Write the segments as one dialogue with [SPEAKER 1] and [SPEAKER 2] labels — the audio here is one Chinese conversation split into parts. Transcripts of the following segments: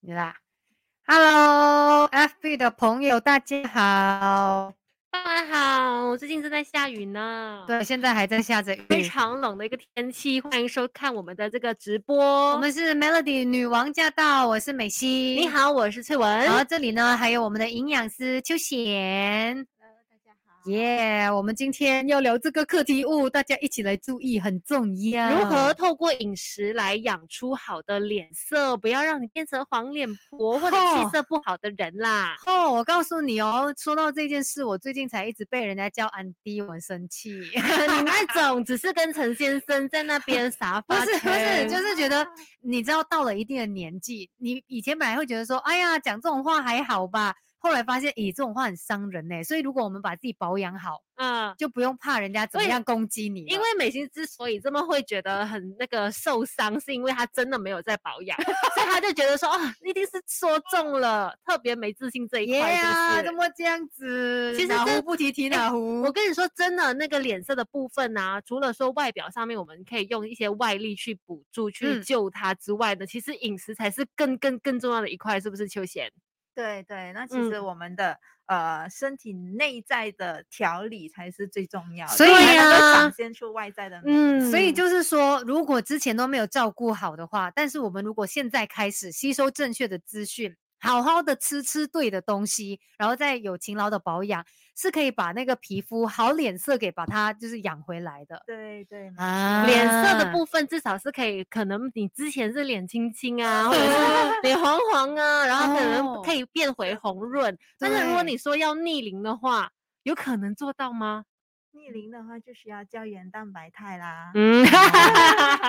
[SPEAKER 1] 你啦，Hello，FB 的朋友，大家好。
[SPEAKER 2] 大家好，最近正在下雨呢，，
[SPEAKER 1] 对，现在还在下着
[SPEAKER 2] 非
[SPEAKER 1] 雨。
[SPEAKER 2] 常冷的一个天气，欢迎收看我们的这个直播。
[SPEAKER 1] 我们是 Melody 女王驾到，我是美西。
[SPEAKER 2] 你。好，我是翠文。
[SPEAKER 1] 然后这里呢，还有我们的营养师秋贤。
[SPEAKER 3] 大家好。
[SPEAKER 1] 耶、我们今天要聊这个课题物，大家一起来注意，很重要。
[SPEAKER 2] 如何？透过饮食来养出好的脸色，不要让你变成黄脸婆或者气
[SPEAKER 1] 吼
[SPEAKER 2] 色不好的 人啦。
[SPEAKER 1] 哦，我告诉你哦，说到这件事，我最近才一直被人家叫安迪，我很生气。
[SPEAKER 2] 呃你那种只是跟陈先生在那边傻
[SPEAKER 1] 不
[SPEAKER 2] 发
[SPEAKER 1] 是不是，
[SPEAKER 2] 圈
[SPEAKER 1] 就是觉得你知道到了一定的年纪，你以前本来会觉得说，哎呀，讲这种话还好吧，后来发现，咦，这种话很伤人呢、所以如果我们把自己保养好，
[SPEAKER 2] 嗯。
[SPEAKER 1] 就不用怕人家怎么
[SPEAKER 2] 为
[SPEAKER 1] 样攻击你了。
[SPEAKER 2] 因为美心之所以这么会觉得很那个受伤，是因为她真的没有在保养， 所以她就觉得说啊，一定是说中了，特别没自信这一
[SPEAKER 1] 耶
[SPEAKER 2] 块。是不
[SPEAKER 1] 啊，
[SPEAKER 2] 是
[SPEAKER 1] 怎么这样子？
[SPEAKER 2] 其实
[SPEAKER 1] 哪
[SPEAKER 2] 这
[SPEAKER 1] 壶不提提
[SPEAKER 2] 哎
[SPEAKER 1] 哪壶。
[SPEAKER 2] 我跟你说，真的，那个脸色的部分啊，除了说外表上面我们可以用一些外力去补助、去
[SPEAKER 1] 嗯
[SPEAKER 2] 救它之外呢，其实饮食才是更更更重要的一块，是不是？秋贤，
[SPEAKER 3] 对对，那其实
[SPEAKER 1] 嗯
[SPEAKER 3] 我们的、呃身体内在的调理才是最重要的，
[SPEAKER 1] 所
[SPEAKER 3] 才
[SPEAKER 1] 以
[SPEAKER 3] 能够
[SPEAKER 1] 呀
[SPEAKER 3] 展现出外在的美。
[SPEAKER 2] 嗯
[SPEAKER 1] 所以就是说，如果之前都没有照顾好的话，但是我们如果现在开始吸收正确的资讯，好好的吃吃对的东西，然后再有勤劳的保养，是可以把那个皮肤好脸色给把它就是养回来的
[SPEAKER 3] 对对，
[SPEAKER 1] 啊
[SPEAKER 2] 脸色的部分至少是可以，可能你之前是脸青青啊，或者 是脸黄黄啊，然后可能
[SPEAKER 1] 哦
[SPEAKER 2] 可以变回红润。但是如果你说要逆龄的话，有可能做到吗？
[SPEAKER 3] 逆龄的话就需要胶原蛋白肽 啦。
[SPEAKER 2] 嗯，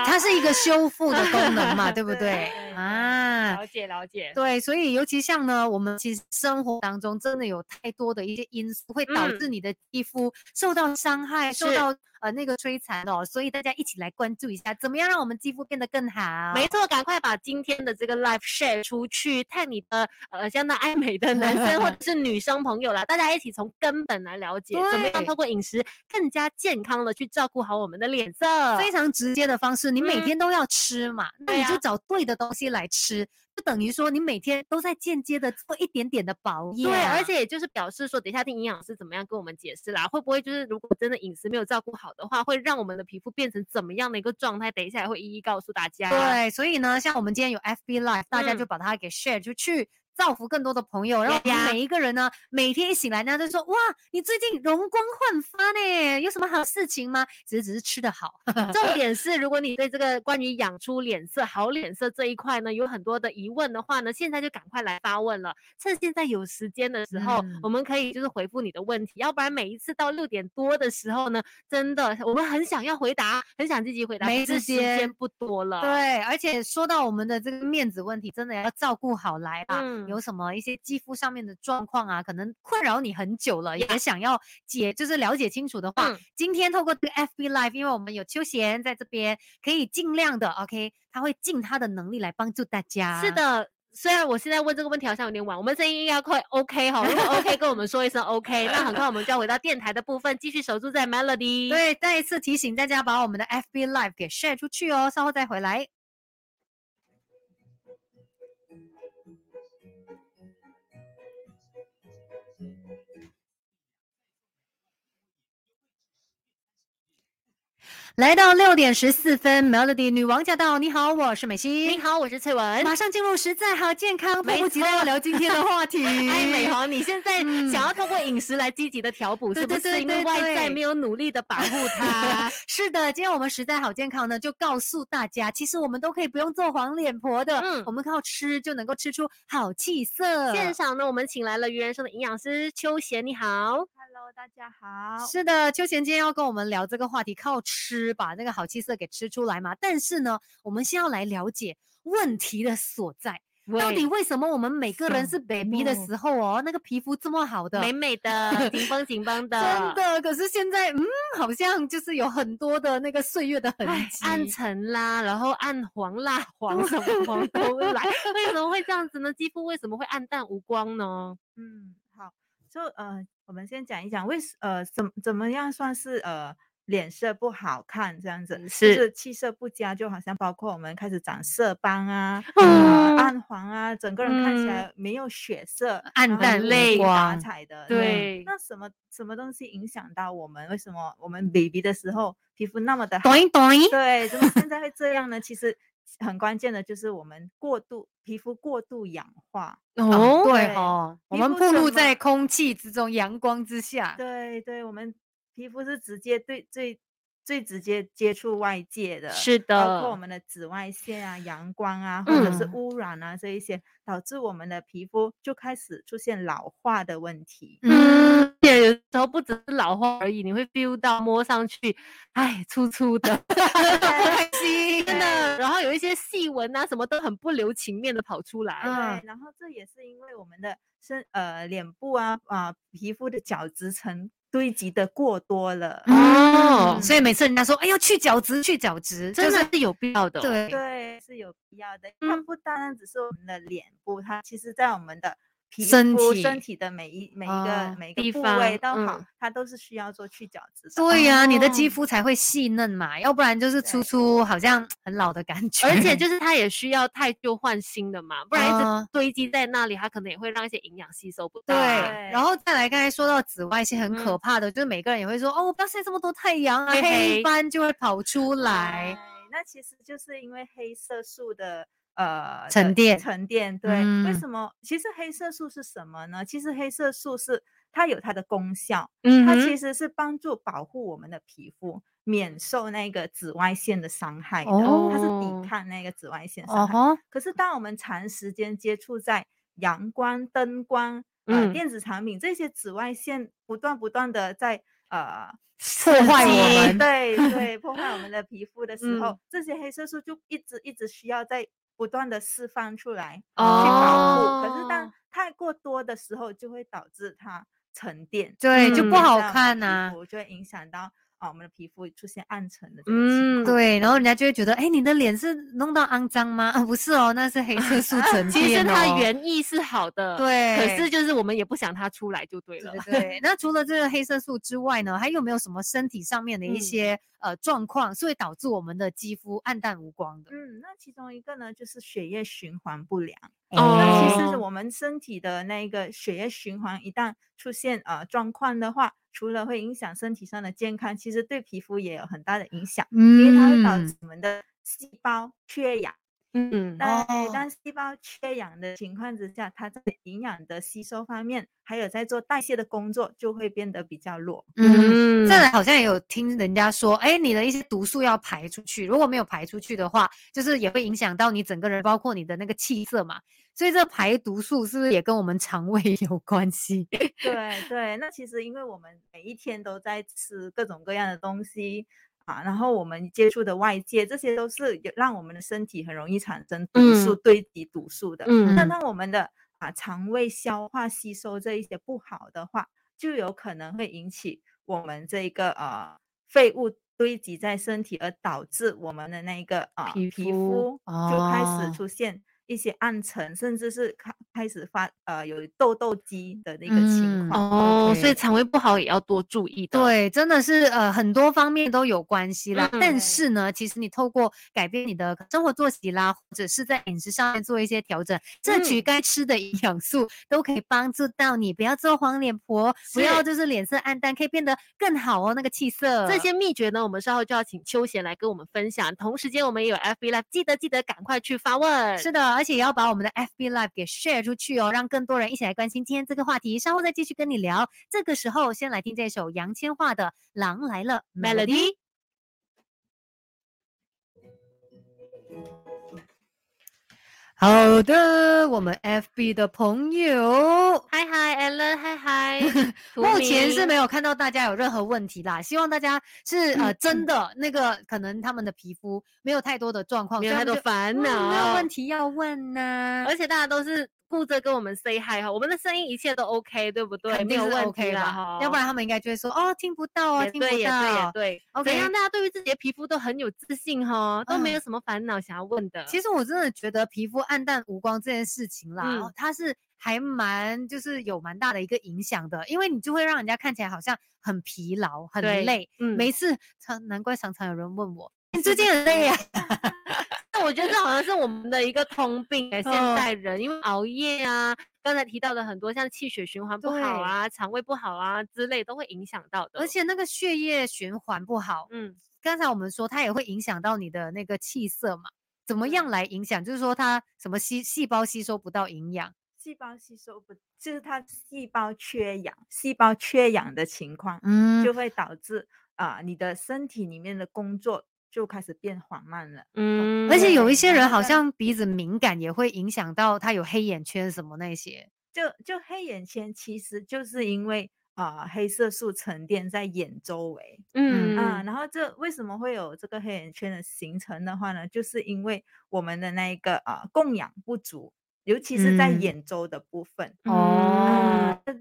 [SPEAKER 1] 它是一个修复的功能嘛，对不
[SPEAKER 3] 对
[SPEAKER 1] 对
[SPEAKER 3] 对对
[SPEAKER 1] 啊？
[SPEAKER 2] 了解了解。
[SPEAKER 1] 对，所以尤其像呢，我们其实生活当中真的有太多的一些因素会导
[SPEAKER 2] 嗯
[SPEAKER 1] 致你的肌肤受到伤害，受
[SPEAKER 2] 是
[SPEAKER 1] 到呃那个摧残哦。所以大家一起来关注一下，怎么样让我们肌肤变得更好？
[SPEAKER 2] 没错，赶快把今天的这个 live share 出去，看你的呃相当爱美的男生或 者是女生朋友啦，大家一起从根本来了解，怎么样
[SPEAKER 1] 对
[SPEAKER 2] 透过饮食更加健康的去照顾好我们的脸色。
[SPEAKER 1] 非常直接的方式，你每
[SPEAKER 2] 嗯
[SPEAKER 1] 天都要吃嘛，那
[SPEAKER 2] 对
[SPEAKER 1] 你就
[SPEAKER 2] 啊
[SPEAKER 1] 找对的东西来吃，就等于说你每天都在间接的做一点点的保养。
[SPEAKER 2] 对，而且也就是表示说，等一下听营养师怎么样跟我们解释啦，会不会就是如果真的饮食没有照顾好的话，会让我们的皮肤变成怎么样的一个状态？等一下也会一一告诉大家。，嗯
[SPEAKER 1] 对，所以呢，像我们今天有 FB Live，大家就把它给 share 出去。造福更多的朋友，让
[SPEAKER 2] 呀
[SPEAKER 1] 我们
[SPEAKER 2] 呀
[SPEAKER 1] 每一个人呢，每天一醒来呢，就说哇，你最近容光焕发呢，有什么好事情吗？只是只是吃得好，
[SPEAKER 2] 重点是，如果你对这个关于养出脸色、好脸色这一块呢，有很多的疑问的话呢，现在就赶快来发问了。趁现在有时间的时候，我
[SPEAKER 1] 嗯
[SPEAKER 2] 们可以就是回复你的问题，要不然每一次到六点多的时候呢，真的我们很想要回答，很想积极回答，
[SPEAKER 1] 没
[SPEAKER 2] 可是
[SPEAKER 1] 时
[SPEAKER 2] 时间
[SPEAKER 1] 间
[SPEAKER 2] 不多了。，
[SPEAKER 1] 对，而且说到我们的这个面子问题，真的要照顾好来啊。
[SPEAKER 2] 嗯
[SPEAKER 1] 有什么一些肌肤上面的状况啊，可能困扰你很久了，也想要解，就是了解清楚的话，
[SPEAKER 2] 嗯
[SPEAKER 1] 今天透过这个 FB Live，因为我们有秋贤在这边，可以尽量的 OK，他会尽他的能力来帮助大家。
[SPEAKER 2] 是。的，虽然我现在问这个问题好像有点晚，我们声音应该快 OK 哈，如果 OK 跟我们说一声 OK，那很快我们就要回到电台的部分，继续守住在 Melody。
[SPEAKER 1] 对，再一次提醒大家把我们的 FB Live 给 share 出去哦，稍后再回来。来到六点十四分，Melody 女王驾到！你好，我是美
[SPEAKER 2] 你
[SPEAKER 1] 心。
[SPEAKER 2] 好，我是翠文。
[SPEAKER 1] 马上进入实在好健康，迫
[SPEAKER 2] 没
[SPEAKER 1] 不及待要
[SPEAKER 2] 错
[SPEAKER 1] 聊今天的话题。
[SPEAKER 2] 爱美哦，你现在
[SPEAKER 1] 嗯
[SPEAKER 2] 想要通过饮食来积极的调补，
[SPEAKER 1] 对
[SPEAKER 2] 是不
[SPEAKER 1] 对对
[SPEAKER 2] 是？因为
[SPEAKER 1] 对
[SPEAKER 2] 外在
[SPEAKER 1] 对
[SPEAKER 2] 没有努力的保护 它。
[SPEAKER 1] 是的，今天我们实在好健康呢，就告诉大家，其实我们都可以不用做黄脸婆的，
[SPEAKER 2] 嗯
[SPEAKER 1] 我们靠吃就能够吃出好气色。
[SPEAKER 2] 现场呢，我们请来了鱼人生的营养师秋贤，你好。
[SPEAKER 3] Hello，大家好。
[SPEAKER 1] 是的，秋贤今天要跟我们聊这个话题，靠吃把那个好气色给吃出来嘛。但是呢，我们先要来了解问题的所在，到底为什么我们每个人是 baby 的
[SPEAKER 2] 么
[SPEAKER 1] 时候哦，那个皮肤这么好的，
[SPEAKER 2] 美美的，紧绷紧绷的，
[SPEAKER 1] 真的，可是现在嗯，好像就是有很多的那个岁月的痕
[SPEAKER 2] 哎，
[SPEAKER 1] 迹，
[SPEAKER 2] 暗沉啦，然后暗黄 蜡 黄什么黄都来，为什么会这样子呢？肌肤为什么会暗淡无光呢？
[SPEAKER 3] 嗯，好，就呃，我们先讲一讲为什呃怎怎么样算是呃。脸色不好看这样子，
[SPEAKER 1] 嗯
[SPEAKER 2] 是
[SPEAKER 3] 就是气色不佳，就好像包括我们开始长色斑啊、
[SPEAKER 1] 哦
[SPEAKER 2] 嗯
[SPEAKER 3] 呃暗黄啊，整个人看起来没有血色，
[SPEAKER 1] 嗯暗
[SPEAKER 3] 然后
[SPEAKER 1] 淡
[SPEAKER 3] 无
[SPEAKER 1] 无
[SPEAKER 3] 精打
[SPEAKER 1] 光
[SPEAKER 3] 采的。
[SPEAKER 2] 对
[SPEAKER 3] 那什么什么东西影响到我们？为什么我们 baby 的时候皮肤那 么的好？
[SPEAKER 1] 抖音抖音，
[SPEAKER 3] 对，怎么现在会这 样呢？其实很关键的就是我们过度皮肤过度氧化。
[SPEAKER 2] 啊
[SPEAKER 1] 哦，对
[SPEAKER 3] 对
[SPEAKER 1] 哦，我
[SPEAKER 3] 皮
[SPEAKER 1] 们
[SPEAKER 3] 肤
[SPEAKER 1] 暴
[SPEAKER 3] 怎
[SPEAKER 1] 露
[SPEAKER 3] 么
[SPEAKER 1] 在空气之中、阳光之下，
[SPEAKER 3] 对对，我们皮肤是直接对最最直接接触外界的，
[SPEAKER 2] 是
[SPEAKER 3] 包
[SPEAKER 2] 的
[SPEAKER 3] 括我们的紫外线啊、阳光啊，或者是
[SPEAKER 1] 嗯
[SPEAKER 3] 污染啊、这一些，导致我们的皮肤就开始出现老化的问题。
[SPEAKER 2] 嗯，而且有时候不只是老化而已，你会 feel 到摸上去，哎，粗粗 的，
[SPEAKER 1] 开 心，
[SPEAKER 2] 真的。然后有一些细纹啊，什么都很不留情面的跑出来。
[SPEAKER 1] 嗯
[SPEAKER 3] 对，然后这也是因为我们的身呃脸部啊啊、皮肤的角质层堆积的过多了。
[SPEAKER 2] 哦
[SPEAKER 1] 所以每次人家说，哎呦，去角质，去角质，嗯就
[SPEAKER 2] 真的
[SPEAKER 1] 是
[SPEAKER 2] 是有必要的哦。
[SPEAKER 1] 对，
[SPEAKER 3] 对，是有必要的。它
[SPEAKER 2] 嗯
[SPEAKER 3] 不单单只是我们的脸部，它其实在我们的皮
[SPEAKER 1] 身
[SPEAKER 3] 肤、
[SPEAKER 1] 体
[SPEAKER 3] 身体的每一每一个、
[SPEAKER 1] 啊
[SPEAKER 3] 每一
[SPEAKER 2] 地
[SPEAKER 3] 个部位都
[SPEAKER 2] 方
[SPEAKER 3] 好，
[SPEAKER 2] 嗯
[SPEAKER 3] 它都是需要做去角质的。
[SPEAKER 1] 对呀、你的肌
[SPEAKER 2] 哦
[SPEAKER 1] 肤才会细嫩嘛，要不然就是粗
[SPEAKER 3] 对
[SPEAKER 1] 粗，好像很老的感觉。
[SPEAKER 2] 而且就是它也需要太旧换新的嘛，不然一
[SPEAKER 1] 嗯
[SPEAKER 2] 直堆积在那里，它可能也会让一些营养吸收不
[SPEAKER 1] 对
[SPEAKER 2] 到啊。，
[SPEAKER 1] 然后再来，刚才说到紫外线很可
[SPEAKER 2] 嗯
[SPEAKER 1] 怕的，就是每个人也会说，哦，不要晒这么多太阳啊，
[SPEAKER 2] 黑
[SPEAKER 1] 黑
[SPEAKER 2] 黑
[SPEAKER 1] 斑就会跑出来。
[SPEAKER 3] 哎那其实就是因为黑色素的呃
[SPEAKER 1] 沉
[SPEAKER 3] 的
[SPEAKER 1] 淀
[SPEAKER 3] 沉淀对、为
[SPEAKER 1] 嗯
[SPEAKER 3] 什么？其实黑色素是什么呢？其实黑色素是它有它的功效，
[SPEAKER 2] 嗯
[SPEAKER 3] 它
[SPEAKER 2] 哼，
[SPEAKER 3] 其实是帮助保护我们的皮肤免受那个紫外线的伤害的，它是
[SPEAKER 2] 哦
[SPEAKER 3] 抵抗那个紫外线
[SPEAKER 1] 哦
[SPEAKER 3] 伤害。
[SPEAKER 1] 吼，
[SPEAKER 3] 可是当我们长时间接触在阳光、灯光、
[SPEAKER 2] 嗯
[SPEAKER 3] 呃电子产品这些紫外线不断不断的在呃
[SPEAKER 1] 破坏
[SPEAKER 2] 激
[SPEAKER 1] 我 们。
[SPEAKER 3] 对对破坏我们的皮 肤的时候，
[SPEAKER 2] 嗯
[SPEAKER 3] 这些黑色素就一直一直需要在不断的释放出来去保
[SPEAKER 2] 哦
[SPEAKER 3] 护。可是当太过多的时候，就会导致它沉淀，
[SPEAKER 1] 对，就
[SPEAKER 2] 嗯
[SPEAKER 1] 不好
[SPEAKER 3] 在我们的
[SPEAKER 1] 看啊呐、
[SPEAKER 3] 皮肤就会影响到啊我们的皮肤出现暗沉的这个情
[SPEAKER 2] 嗯，
[SPEAKER 3] 况。
[SPEAKER 1] 对，然后人家就会觉得，哎，你的脸是弄到肮脏吗？ 啊，不是哦，那是黑色素沉淀、哦。
[SPEAKER 2] 其实它原意是好的，，
[SPEAKER 1] 对，
[SPEAKER 2] 可是就是我们也不想它出来就对了
[SPEAKER 1] 对。对对，那除了这个黑色素之外呢，还有没有什么身体上面的一
[SPEAKER 2] 嗯
[SPEAKER 1] 些、呃状况，是会导致我们的肌肤暗淡无光的？
[SPEAKER 3] 嗯，那其中一个呢，就是血液循环不良。那
[SPEAKER 1] 哦，
[SPEAKER 3] 其实是
[SPEAKER 2] 哦
[SPEAKER 3] 我们身体的那个血液循环一旦出现呃状况的话，除了会影响身体上的健康，其实对皮肤也有很大的影响，因为它会导致
[SPEAKER 1] 嗯，
[SPEAKER 3] 我们的细胞缺氧。
[SPEAKER 2] 嗯，
[SPEAKER 3] 但
[SPEAKER 1] 哦
[SPEAKER 3] 当细胞缺氧的情况之下，它在营养的吸收方面，还有在做代谢的工作，就会变得比较弱。
[SPEAKER 1] 嗯。
[SPEAKER 2] 嗯
[SPEAKER 1] 再来好像也有听人家说，哎，你的一些毒素要排出去，如果没有排出去的话，就是也会影响到你整个人，包括你的那个气色嘛。所以这排毒素是不是也跟我们肠胃有关系？
[SPEAKER 3] 对对，那其实因为我们每一天都在吃各种各样的东西啊，然后我们接触的外界，这些都是有让我们的身体很容易产生毒素、
[SPEAKER 2] 嗯
[SPEAKER 3] 堆积毒素的。
[SPEAKER 2] 嗯
[SPEAKER 3] 那
[SPEAKER 1] 嗯
[SPEAKER 3] 当我们的啊肠胃消化吸收这一些不好的话，就有可能会引起我们这个呃废物堆积在身体，而导致我们的那一个啊、
[SPEAKER 2] 皮
[SPEAKER 3] 皮
[SPEAKER 2] 肤
[SPEAKER 3] 肤就开
[SPEAKER 1] 哦
[SPEAKER 3] 始出现。一些暗沉，甚至是开开始发呃有痘痘肌的那个
[SPEAKER 1] 嗯
[SPEAKER 3] 情况，
[SPEAKER 2] 哦，所以
[SPEAKER 1] OK
[SPEAKER 2] 肠胃不好也要多注意的。，
[SPEAKER 1] 对，真的是呃很多方面都有关系啦。
[SPEAKER 2] 嗯
[SPEAKER 1] 但
[SPEAKER 3] 对
[SPEAKER 1] 是呢，其实你透过改变你的生活作息啦，或者是在饮食上面做一些调整，摄取
[SPEAKER 2] 嗯
[SPEAKER 1] 该吃的营养素，都可以帮助到你，不要做黄脸婆，不要
[SPEAKER 2] 是
[SPEAKER 1] 就是脸色暗淡，可以变得更好哦，那个气色。
[SPEAKER 2] 这些秘诀呢，我们稍后就要请秋贤来跟我们分享。同时间，我们也有 FB Live，记得记得赶快去发问。
[SPEAKER 1] 是的，而且也要把我们的 FB Live 给 share 出去哦，让更多人一起来关心今天这个话题。稍后再继续跟你聊。这个时候，先来听这首杨千嬅的《狼来了》
[SPEAKER 2] Melody。
[SPEAKER 1] 好的，我们 FB 的朋友，，
[SPEAKER 2] 嗨嗨，Allen，嗨嗨
[SPEAKER 1] 目前是没
[SPEAKER 2] 有
[SPEAKER 1] 有看到大家有任何问题啦。希望大家是
[SPEAKER 2] 嗯
[SPEAKER 1] 呃真的那个，可能他们的皮肤没有太多的状况，
[SPEAKER 2] 没有
[SPEAKER 1] 所以他
[SPEAKER 2] 太多
[SPEAKER 1] 们就
[SPEAKER 2] 烦
[SPEAKER 1] 嗯
[SPEAKER 2] 恼，呃
[SPEAKER 1] 没有问题啊要问呐、
[SPEAKER 2] 而且大家都是顾着跟我们 say hi 哈，我们的声音一切都 OK，对不对？
[SPEAKER 1] 肯
[SPEAKER 2] 没
[SPEAKER 1] 定
[SPEAKER 2] 有
[SPEAKER 1] 是
[SPEAKER 2] 问
[SPEAKER 1] OK
[SPEAKER 2] 题
[SPEAKER 1] 的
[SPEAKER 2] 啦哈，
[SPEAKER 1] 要不然他们应该就会说哦听不到啊，
[SPEAKER 2] 也
[SPEAKER 1] 听不
[SPEAKER 2] 对也对也
[SPEAKER 1] 到。
[SPEAKER 2] 对。
[SPEAKER 1] OK
[SPEAKER 2] 怎样？大家对于自己的皮肤都很有自信哈，都没有
[SPEAKER 1] 嗯
[SPEAKER 2] 什么烦恼想要问的。
[SPEAKER 1] 其
[SPEAKER 2] 实
[SPEAKER 1] 实我真的觉得皮肤暗淡无光这件事情啦，
[SPEAKER 2] 嗯
[SPEAKER 1] 哦它是还蛮就是有蛮大的一个影响的，因为你就会让人家看起来好像很疲劳、很
[SPEAKER 2] 对
[SPEAKER 1] 累。
[SPEAKER 2] 嗯
[SPEAKER 1] 每次常难怪常常有人问我，你最近很累啊呀、
[SPEAKER 2] 但我觉得这好像是我们的一个通病哎、现
[SPEAKER 1] 嗯
[SPEAKER 2] 代人因为熬夜啊，刚才提到的很多像气血循环不好
[SPEAKER 1] 对
[SPEAKER 2] 啊、肠胃不好啊之类，都会影响到的。
[SPEAKER 1] 而，且那个血液循环不好，
[SPEAKER 2] 嗯，
[SPEAKER 1] 刚才我们说它也会影响到你的那个气色嘛。怎么样来影响？就是说它什么吸细胞吸收不到营养，
[SPEAKER 3] 细胞吸收不，就是它细胞缺氧，细胞缺氧的情况，
[SPEAKER 1] 嗯
[SPEAKER 3] 就会导致啊、你的身体里面的工作就开始变缓慢了。
[SPEAKER 2] 嗯，
[SPEAKER 1] 而且有一
[SPEAKER 3] 对
[SPEAKER 1] 些
[SPEAKER 3] 然
[SPEAKER 1] 人
[SPEAKER 3] 后
[SPEAKER 1] 好
[SPEAKER 3] 再
[SPEAKER 1] 像鼻子敏感，也会影响到他有黑眼圈什么那些。
[SPEAKER 3] 就就黑眼圈，其实就是因为啊、黑色素沉淀在眼周围
[SPEAKER 1] 嗯
[SPEAKER 3] 啊，然后这为什么会有这个黑眼圈的形成的话呢？就是因为我们的那一个啊、供氧不足，尤其是在
[SPEAKER 1] 嗯
[SPEAKER 3] 眼周的部分。
[SPEAKER 1] 哦
[SPEAKER 3] 啊，这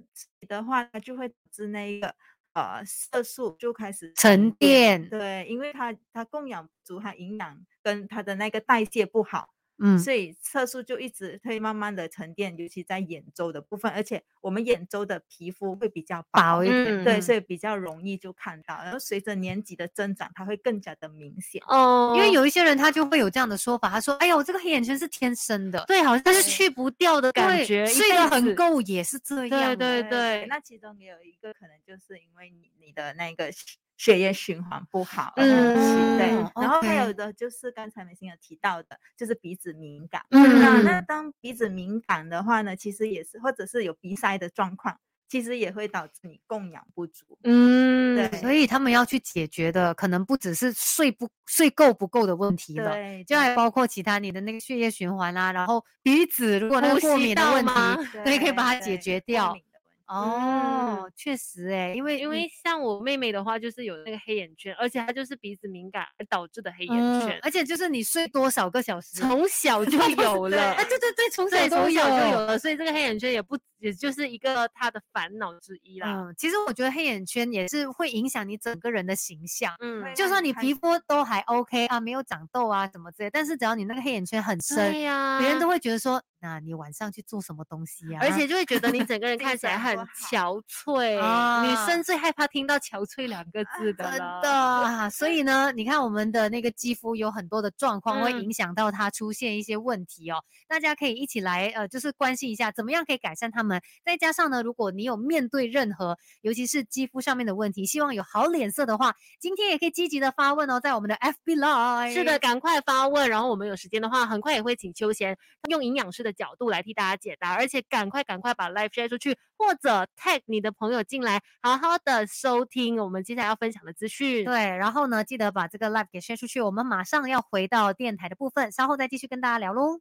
[SPEAKER 3] 的话它就会导致那一个呃色素就开始
[SPEAKER 1] 沉淀
[SPEAKER 3] 对，因为它它供氧不足，它营养跟它的那个代谢不好，
[SPEAKER 1] 嗯，
[SPEAKER 3] 所以色素就一直会慢慢的沉淀，尤其在眼周的部分，而且我们眼周的皮肤会比较
[SPEAKER 1] 薄
[SPEAKER 3] 薄
[SPEAKER 1] 一
[SPEAKER 2] 嗯
[SPEAKER 1] 点，
[SPEAKER 3] 对，所
[SPEAKER 1] 以
[SPEAKER 3] 以比较容易就看到，然后随着年纪的增长，它会更加的明显。
[SPEAKER 2] 哦，
[SPEAKER 1] 因为有一些人他就会有这样的说法，他说：“哎呀，我这个黑眼圈是天生的，
[SPEAKER 2] 对，好像
[SPEAKER 1] 但
[SPEAKER 2] 是
[SPEAKER 1] 是
[SPEAKER 2] 去不掉的感
[SPEAKER 1] 对
[SPEAKER 2] 觉，一
[SPEAKER 1] 睡
[SPEAKER 2] 辈
[SPEAKER 1] 得很
[SPEAKER 2] 子，
[SPEAKER 1] 够也是这样啊。
[SPEAKER 2] 对对对
[SPEAKER 3] 那其中也有一个可能就是因为你你的那个血血液循环不好而引起，对
[SPEAKER 1] 嗯。
[SPEAKER 3] 然后还有
[SPEAKER 1] OK
[SPEAKER 3] 的就是刚才美心有提到的，就是鼻子敏感。那
[SPEAKER 1] 嗯
[SPEAKER 3] 那当鼻子敏感的话呢，其实也是或者是有鼻塞的状况，其实也会导致你供氧不足。
[SPEAKER 2] 嗯，
[SPEAKER 3] 对
[SPEAKER 1] 所以他们要去解决的，可能不只是睡不睡够不够的问题了，
[SPEAKER 3] 对，
[SPEAKER 1] 就还包括其他你的那个血液循环啦、然后鼻子如果那
[SPEAKER 2] 呼
[SPEAKER 1] 个过
[SPEAKER 2] 吸
[SPEAKER 1] 敏的
[SPEAKER 2] 道
[SPEAKER 1] 问题，
[SPEAKER 2] 吗嗯
[SPEAKER 1] 对，可以把它
[SPEAKER 3] 对
[SPEAKER 1] 解决
[SPEAKER 3] 过
[SPEAKER 1] 掉
[SPEAKER 3] 敏。的问题
[SPEAKER 1] 哦，确实哎，因为
[SPEAKER 2] 因
[SPEAKER 1] 你
[SPEAKER 2] 为像我妹妹的话，就是有那个黑眼圈，而且她就是鼻子敏感而导致的黑眼
[SPEAKER 1] 嗯
[SPEAKER 2] 圈，
[SPEAKER 1] 而且就是你睡多少个小时，
[SPEAKER 2] 从小 就有了
[SPEAKER 1] 哎，。对对对，从
[SPEAKER 2] 对，
[SPEAKER 1] 小
[SPEAKER 2] 从小就有
[SPEAKER 1] 有。嗯
[SPEAKER 2] 了，所以这个黑眼圈也不，也就是一个她的烦恼之一啦。
[SPEAKER 1] 嗯，其实我觉得黑眼圈也是会影响你整个人的形象。
[SPEAKER 2] 嗯，
[SPEAKER 3] 会
[SPEAKER 1] 就
[SPEAKER 3] 让
[SPEAKER 1] 算
[SPEAKER 3] 你
[SPEAKER 1] 你
[SPEAKER 3] 看
[SPEAKER 1] 皮
[SPEAKER 3] 起
[SPEAKER 1] 肤都还 OK 啊，没有长痘啊什么之类，但是只要你那个黑眼圈很深，
[SPEAKER 2] 对呀，
[SPEAKER 1] 别人都会觉得说，那你晚上去做什么东西呀、
[SPEAKER 2] 而且就会觉得你整 个人
[SPEAKER 3] 精
[SPEAKER 2] 看起来
[SPEAKER 3] 神
[SPEAKER 2] 很
[SPEAKER 3] 不好
[SPEAKER 2] 憔悴。女
[SPEAKER 1] 啊
[SPEAKER 2] 生最害怕听到“憔悴”两个字的
[SPEAKER 1] 真
[SPEAKER 2] 了
[SPEAKER 1] 的，啊，所以呢，你看我们的那个肌肤有很多的状况，会
[SPEAKER 2] 嗯
[SPEAKER 1] 影响到它出现一些问题哦。大家可以一起来呃，就是关心一下，怎么样可以改善它们。再加上呢，如果你有面对任何，尤其是肌肤上面的问题，希望有好脸色的话，今天也可以积极的发问哦，在我们的 FB Live。
[SPEAKER 2] 是的，，赶快发问，然后我们有时间的话，很快也会请秋贤用营养师的角度来替大家解答，而且赶快赶快把 live share 出去，或者 tag 你的朋友进来，好好的收听我们接下来要分享的资讯。
[SPEAKER 1] 对，然后呢，记得把这个 live 给 share 出去。我们马上要回到电台的部分，稍后再继续跟大家聊喽。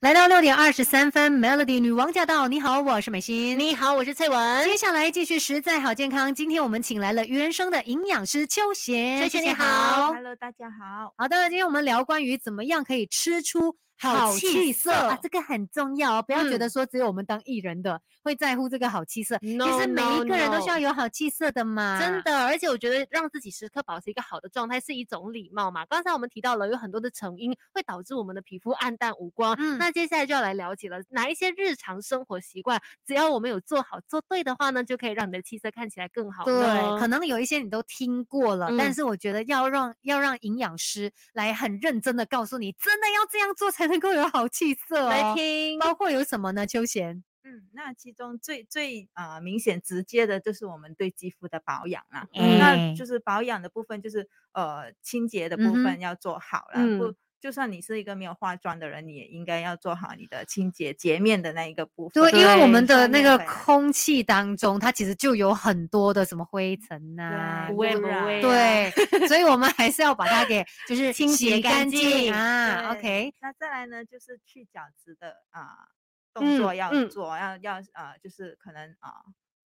[SPEAKER 1] 来到六点二十三分，Melody 女王驾到！你好，我是美心。
[SPEAKER 2] 你好，我是翠文，
[SPEAKER 1] 接下来继续实在好健康，今天我们请来了原生的营养师秋贤，
[SPEAKER 2] 秋贤你好
[SPEAKER 3] ，Hello，大家好。
[SPEAKER 1] 好的，今天我们聊关于怎么样可以吃出
[SPEAKER 2] 好
[SPEAKER 1] 好
[SPEAKER 2] 气
[SPEAKER 1] 气色啊
[SPEAKER 2] 色，嗯
[SPEAKER 1] 这个很重要哦。不要觉得说只有我们当艺人的、会在乎这个好气色，其
[SPEAKER 2] No,
[SPEAKER 1] 实每一
[SPEAKER 2] no,
[SPEAKER 1] 个人都需要
[SPEAKER 2] no
[SPEAKER 1] 有好气色的嘛。
[SPEAKER 2] 真，的，而且我觉得让自己时刻保持一个好的状态是一种礼貌嘛。刚才我们提到了有很多的成因会导致我们的皮肤暗淡无光，
[SPEAKER 1] 嗯
[SPEAKER 2] 那接下来就要来了解了哪一些日常生活习惯，只要我们有做好做对的话呢，就可以让你的气色看起来更好呢。哦
[SPEAKER 1] 对，可能有一些你都听过了，但
[SPEAKER 2] 嗯
[SPEAKER 1] 是我觉得要让要让营养师来很认真的告诉你，真的要这样做才能够有好气色、哦。
[SPEAKER 2] 来，听。
[SPEAKER 1] 包括有什么呢？秋贤，
[SPEAKER 3] 嗯，那其中最最啊、呃明显直接的就是我们对肌肤的保养啦、
[SPEAKER 1] 哎
[SPEAKER 3] 那就是保养的部分，就是呃清洁的部
[SPEAKER 1] 嗯哼
[SPEAKER 3] 分要做好了。
[SPEAKER 2] 嗯
[SPEAKER 3] 不，就算你是一个没有化妆的人，你也应该要做好你的清洁洁面的那一个部分。
[SPEAKER 1] 对，因为我
[SPEAKER 2] 对
[SPEAKER 1] 们的
[SPEAKER 3] 上
[SPEAKER 1] 那
[SPEAKER 3] 面
[SPEAKER 1] 个
[SPEAKER 3] 会
[SPEAKER 1] 空气当中，它其实就有很多的什么灰尘呐、
[SPEAKER 3] 对
[SPEAKER 2] 不会
[SPEAKER 3] 污
[SPEAKER 2] 不
[SPEAKER 3] 染
[SPEAKER 2] 会
[SPEAKER 1] 啊对，所以我们还是要把它 给就是
[SPEAKER 2] 啊清
[SPEAKER 1] 洗
[SPEAKER 2] 洁干
[SPEAKER 1] 干净
[SPEAKER 2] 净
[SPEAKER 1] 啊。
[SPEAKER 3] 对
[SPEAKER 1] OK，
[SPEAKER 3] 那再来呢，就是去角质的啊、动作
[SPEAKER 2] 嗯
[SPEAKER 3] 要
[SPEAKER 2] 嗯
[SPEAKER 3] 做，要要啊、呃就是可能啊、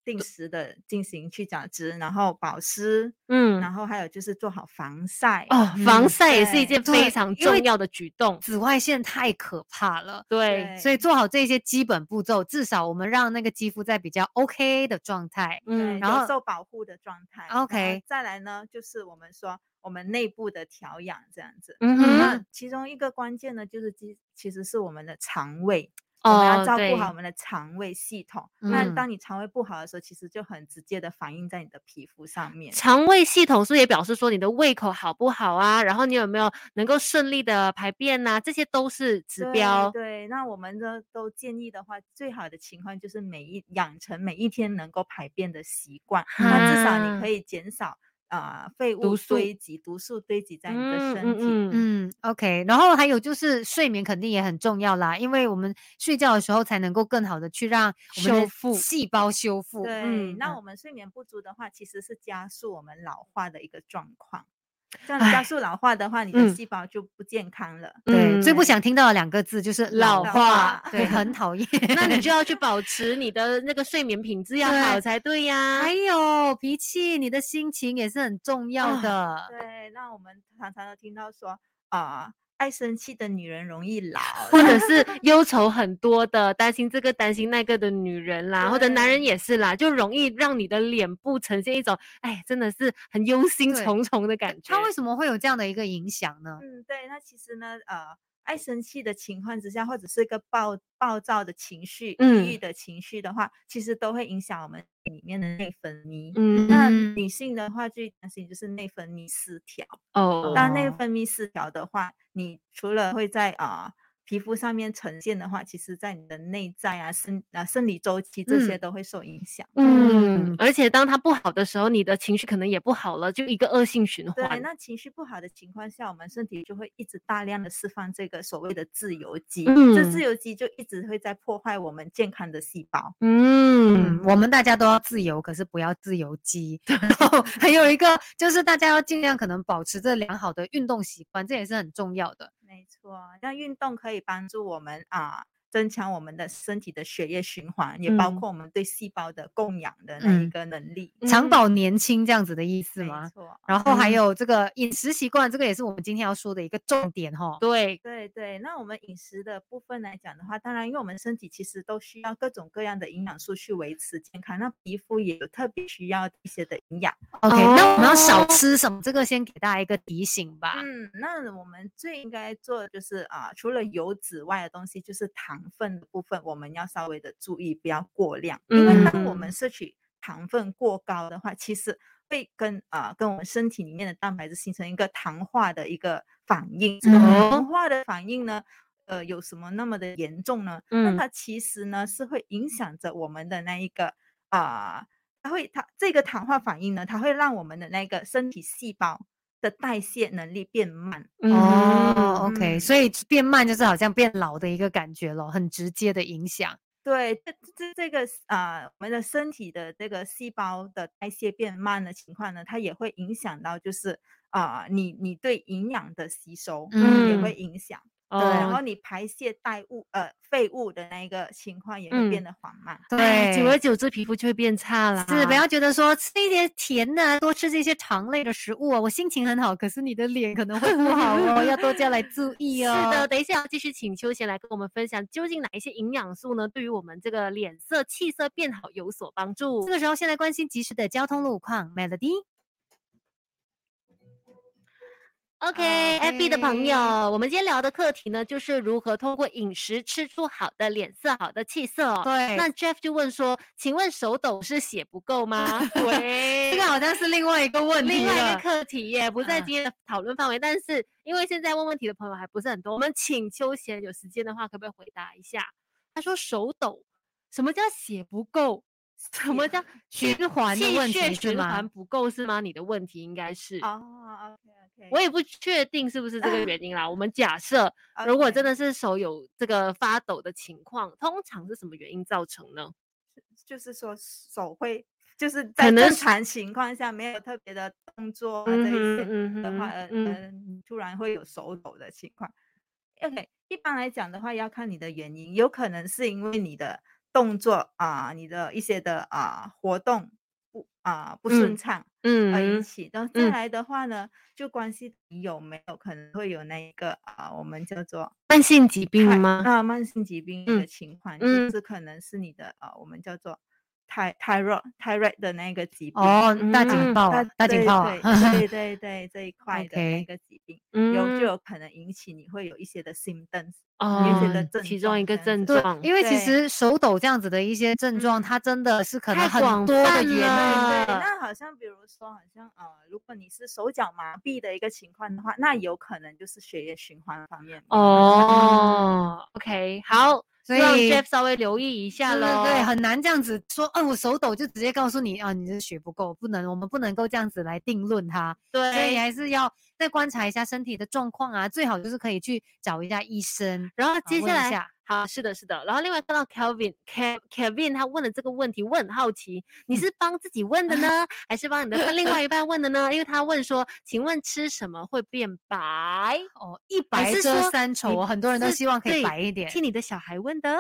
[SPEAKER 3] 定时的进行去角质，然后保湿，
[SPEAKER 2] 嗯，
[SPEAKER 3] 然后还有就是做好防晒。
[SPEAKER 2] 哦，防
[SPEAKER 1] 嗯
[SPEAKER 2] 晒也是一
[SPEAKER 3] 对
[SPEAKER 2] 件
[SPEAKER 1] 对
[SPEAKER 2] 非常
[SPEAKER 1] 因为
[SPEAKER 2] 重要的举动。
[SPEAKER 1] 紫外线太可怕了。
[SPEAKER 2] 对，
[SPEAKER 1] 所以做好这些基本步骤，至少我们让那个肌肤在比较 OK 的状态。
[SPEAKER 3] 对
[SPEAKER 2] 嗯，
[SPEAKER 1] 然
[SPEAKER 3] 有
[SPEAKER 1] 后
[SPEAKER 3] 受保护的状态。然后
[SPEAKER 1] OK
[SPEAKER 3] 再来呢，就是我们说我们内部的调养这样子。
[SPEAKER 2] 嗯
[SPEAKER 3] 那
[SPEAKER 2] 哼，
[SPEAKER 3] 其中一个关键呢，就是其其实是我们的肠胃，我们要
[SPEAKER 2] 哦，
[SPEAKER 3] 照
[SPEAKER 2] 对
[SPEAKER 3] 顾好我们的肠胃系统。那
[SPEAKER 1] 嗯
[SPEAKER 3] 当你肠胃不好的时候，其实就很直接的反映在你的皮肤上面。
[SPEAKER 2] 肠胃系统是不是也表示说你的胃口好不好啊？然后你有没有能够顺利的排便呐、这些都是指
[SPEAKER 3] 对
[SPEAKER 2] 标。
[SPEAKER 3] 对，那我们呢都建议的话，最好的情况就是每一养成每一天能够排便的习惯，那至少你
[SPEAKER 2] 啊
[SPEAKER 3] 可以减少啊、呃废
[SPEAKER 2] 毒
[SPEAKER 3] 物
[SPEAKER 2] 素
[SPEAKER 3] 堆积、毒素堆积在你的
[SPEAKER 2] 嗯
[SPEAKER 3] 身体。
[SPEAKER 2] 嗯嗯，
[SPEAKER 1] 嗯，OK，然后还有就是睡眠肯定也很重要啦，因为我们睡觉的时候才能够更好的去让我们的
[SPEAKER 2] 修复
[SPEAKER 1] 细胞修复。
[SPEAKER 3] 对，
[SPEAKER 2] 嗯
[SPEAKER 3] 那我们睡眠不足的话，其实是加速我们老化的一个状况。这样加
[SPEAKER 1] 唉
[SPEAKER 3] 速老化的话，你
[SPEAKER 2] 嗯
[SPEAKER 3] 的细胞就不健康了。
[SPEAKER 1] 对，最不
[SPEAKER 2] 嗯
[SPEAKER 1] 想听到的两个字就是
[SPEAKER 2] 老
[SPEAKER 1] 化
[SPEAKER 3] 化，
[SPEAKER 1] 对，很讨厌。
[SPEAKER 2] 那你就要去保持你的那个睡眠品质要
[SPEAKER 1] 对
[SPEAKER 2] 好才对呀、
[SPEAKER 1] 还有脾气，你的心情也是很重要
[SPEAKER 2] 啊
[SPEAKER 1] 的。
[SPEAKER 3] 对，那我们常常都听到说啊、爱生气的女人容易老，
[SPEAKER 2] 或者是忧愁很多的，担心这个担心那个的女人啦，或者男人
[SPEAKER 3] 对
[SPEAKER 2] 也是啦，就容易让你的脸部呈现一种，哎，真的是很忧心
[SPEAKER 1] 对
[SPEAKER 2] 忡忡的感觉
[SPEAKER 1] 它。为什么会有这样的一个影响呢？
[SPEAKER 3] 嗯，对，那其实呢，呃，爱生气的情况之下，或者是一个暴暴躁的情绪、抑郁
[SPEAKER 2] 嗯
[SPEAKER 3] 的情绪的话，其实都会影响我们里面的内分泌。
[SPEAKER 2] 嗯
[SPEAKER 3] 那
[SPEAKER 1] 嗯
[SPEAKER 3] 女性的话，最担心就是内分泌失调。
[SPEAKER 2] 哦，
[SPEAKER 3] 当内
[SPEAKER 1] 哦
[SPEAKER 3] 分泌失调的话，你除了会在啊、皮肤上面呈现的话，其实在你的内在啊、生啊生理周期这些
[SPEAKER 1] 嗯
[SPEAKER 3] 都会受影响。
[SPEAKER 2] 嗯
[SPEAKER 1] 嗯，
[SPEAKER 2] 而且当它不好的时候，你的情绪可能也不好了，就一个恶性循
[SPEAKER 3] 对，
[SPEAKER 2] 环。
[SPEAKER 3] 那情绪不好的情况下，我们身体就会一直大量的释放这个所谓的自由基，这
[SPEAKER 2] 嗯
[SPEAKER 3] 自由基就一直会在破坏我们健康的细胞。
[SPEAKER 2] 嗯
[SPEAKER 1] 嗯，，我们大家都要自由，可是不要自由基。 然后还有一个就是大家要尽量可能保持着良好的运动习惯，这也是很重要的。
[SPEAKER 3] 没错，那运动可以帮助我们啊。增强我们的身体的血液循环，也包
[SPEAKER 2] 嗯
[SPEAKER 3] 括我们对细胞的供氧的那一
[SPEAKER 1] 嗯
[SPEAKER 3] 个能力，
[SPEAKER 1] 长
[SPEAKER 2] 嗯
[SPEAKER 1] 保年轻这样子的意思
[SPEAKER 3] 没
[SPEAKER 1] 吗？
[SPEAKER 3] 错，
[SPEAKER 1] 然后还
[SPEAKER 2] 嗯
[SPEAKER 1] 有这个饮食习惯，这个也是我们今天要说的一个重点哈。
[SPEAKER 2] 对，
[SPEAKER 3] 对对，那我们饮食的部分来讲的话，当然，因为我们身体其实都需要各种各样的营养素去维持健康，那皮肤也有特别需要一些的营养。
[SPEAKER 1] OK，、那我们要少
[SPEAKER 2] 哦
[SPEAKER 1] 吃什么？这个先给大家一个提醒吧。
[SPEAKER 3] 嗯，那我们最应该做的就是啊，除了油脂外的东西，就是糖分的部分，我们要稍微的注意，不要过量，因
[SPEAKER 2] 嗯
[SPEAKER 3] 为当我们摄取糖分过高的话，其实会跟啊、跟我们身体里面的蛋白质形成一个糖化的一个反应。这个
[SPEAKER 2] 哦
[SPEAKER 3] 糖化的反应呢，呃，有什么那么的严重呢？
[SPEAKER 2] 嗯
[SPEAKER 3] 那它其实呢是会影响着我们的那一个啊。它会，它这个糖化反应呢，它会让我们的那个身体细胞的代谢能力变慢。
[SPEAKER 1] 哦
[SPEAKER 2] 嗯
[SPEAKER 1] ，OK，
[SPEAKER 3] 嗯
[SPEAKER 1] 所以变慢就是好像变老的一个感觉咯，很直接的影响。
[SPEAKER 3] 对，这这这个啊、我们的身体的这个细胞的代谢变慢的情况呢，它也会影响到就是啊、你你对营养的吸收、也会
[SPEAKER 2] 嗯
[SPEAKER 3] 影响，
[SPEAKER 2] 哦，
[SPEAKER 3] 对，然后你排泄带物呃废物的那一个情况也会变得缓慢。
[SPEAKER 2] 哎
[SPEAKER 1] 对，
[SPEAKER 2] 久而久之皮肤就会变差了。
[SPEAKER 1] 是不要觉得说吃一点甜的、啊多吃这些糖类的食物啊，我心情很好，可是你的脸可能会不好哦，要多加来注意哦。
[SPEAKER 2] 是的，，等一下要继续请秋贤来跟我们分享，究竟哪一些营养素呢，对于我们这个脸色、气色变好有所帮助
[SPEAKER 1] 这？个时候先来关心及时的交通路况，Melody。
[SPEAKER 2] OK，FB、的朋
[SPEAKER 1] OK
[SPEAKER 2] 友，我们今天聊的课题呢，就是如何通过饮食吃出好的脸色、好的气色、哦。
[SPEAKER 1] 对，
[SPEAKER 2] 那 Jeff 就问说：“请问手抖是血不 够吗？”
[SPEAKER 1] 这
[SPEAKER 2] 对
[SPEAKER 1] 个好像是另外一个问题
[SPEAKER 2] 另外一
[SPEAKER 1] 了
[SPEAKER 2] 个。课题耶，不在
[SPEAKER 1] 嗯
[SPEAKER 2] 今天的讨论范围。但是因为现在问问题的朋友还不是很多，我们请秋贤有时间的话，可不可以回答一下？他说手抖，什么叫血不够？什么 叫
[SPEAKER 1] 循
[SPEAKER 2] 气
[SPEAKER 1] 环的
[SPEAKER 2] 气
[SPEAKER 1] 问
[SPEAKER 2] 血
[SPEAKER 1] 题是
[SPEAKER 2] 循
[SPEAKER 1] 吗
[SPEAKER 2] 环不够是吗？你的问题应该是。
[SPEAKER 3] 哦，OK OK，
[SPEAKER 2] 我也不确定是不是这个原因啦。我们假设，如果真
[SPEAKER 3] 的
[SPEAKER 2] 的是手有这个发抖的情况，通常是什么原因造成呢？
[SPEAKER 3] 就是说手会。就是在
[SPEAKER 2] 能
[SPEAKER 3] 正
[SPEAKER 2] 是
[SPEAKER 3] 常情况下没有特别的动作啊这一些，
[SPEAKER 2] 嗯
[SPEAKER 3] 的话，
[SPEAKER 2] 哼
[SPEAKER 3] 呃
[SPEAKER 2] 嗯
[SPEAKER 3] 呃，你突然会有手抖的情况。OK，一般来讲的话，要看你的原因，有可能是因为你的动作啊、你的一些的啊、活动不啊、不顺
[SPEAKER 2] 嗯
[SPEAKER 3] 畅而引
[SPEAKER 2] 嗯，
[SPEAKER 3] 起。然后再
[SPEAKER 2] 嗯
[SPEAKER 3] 来的话呢，就关系你有没有可能会有那一个啊、我们叫做
[SPEAKER 2] 嗯慢性疾病
[SPEAKER 3] 胎
[SPEAKER 2] 吗？
[SPEAKER 3] 啊，慢性疾病
[SPEAKER 2] 嗯
[SPEAKER 3] 的情况，
[SPEAKER 2] 嗯
[SPEAKER 3] 就是可能是你的啊、我们叫做 ty thyroid thyroid 的那个疾病。
[SPEAKER 1] 哦，大警
[SPEAKER 2] 嗯
[SPEAKER 1] 报啊
[SPEAKER 3] 大，
[SPEAKER 1] 大警报啊
[SPEAKER 3] 对，对对对对这一块的
[SPEAKER 1] OK
[SPEAKER 3] 那个疾病，
[SPEAKER 2] 嗯，
[SPEAKER 3] 有就有可能引起你会有一些的 symptoms，
[SPEAKER 2] 哦
[SPEAKER 3] 有一些的症
[SPEAKER 2] 其中一
[SPEAKER 3] 状
[SPEAKER 2] 个
[SPEAKER 3] 这样
[SPEAKER 2] 症
[SPEAKER 3] 子
[SPEAKER 1] 对
[SPEAKER 2] 状，
[SPEAKER 1] 因为其
[SPEAKER 3] 对
[SPEAKER 1] 实手抖这样子的一些症状，
[SPEAKER 3] 嗯
[SPEAKER 1] 它真的是可能
[SPEAKER 2] 太
[SPEAKER 1] 很
[SPEAKER 2] 广
[SPEAKER 1] 多的
[SPEAKER 2] 泛
[SPEAKER 1] 原因
[SPEAKER 2] 了。
[SPEAKER 3] 对，
[SPEAKER 2] 嗯啊
[SPEAKER 3] 那好像比如说，好像呃，如果你是手脚麻痹的一个情况的话，那有可能就是血液循环方面的
[SPEAKER 2] 哦，OK，好，
[SPEAKER 1] 所
[SPEAKER 2] 让
[SPEAKER 1] 以
[SPEAKER 2] Jeff 稍微留意一下
[SPEAKER 1] 对
[SPEAKER 2] 喽。
[SPEAKER 1] 对对，很难这样子说，哦，我手抖就直接告诉你啊，你的血不够，不能，我们不能够这样子来定论它，
[SPEAKER 2] 对，
[SPEAKER 1] 所以还是要再观察一下身体的状况啊，最好就是可以去找一下医生。
[SPEAKER 2] 然后
[SPEAKER 1] 啊
[SPEAKER 2] 接
[SPEAKER 1] 问
[SPEAKER 2] 下
[SPEAKER 1] 一
[SPEAKER 2] 来，
[SPEAKER 1] 下
[SPEAKER 2] 好，是的，是的。然后另外看到 Kelvin Ke- Kevin 他问的这个问题，我很好奇，
[SPEAKER 1] 嗯
[SPEAKER 2] 你是帮自己问的 呢，还是帮你的另外一半问的呢？因为他问说，请问吃什么会变白？
[SPEAKER 1] 哦，一
[SPEAKER 2] 还
[SPEAKER 1] 白
[SPEAKER 2] 是
[SPEAKER 1] 遮
[SPEAKER 2] 说
[SPEAKER 1] 三
[SPEAKER 2] 你
[SPEAKER 1] 丑，很多人都
[SPEAKER 2] 是
[SPEAKER 1] 希望可以
[SPEAKER 2] 对
[SPEAKER 1] 白一点。
[SPEAKER 2] 替你的小孩问的，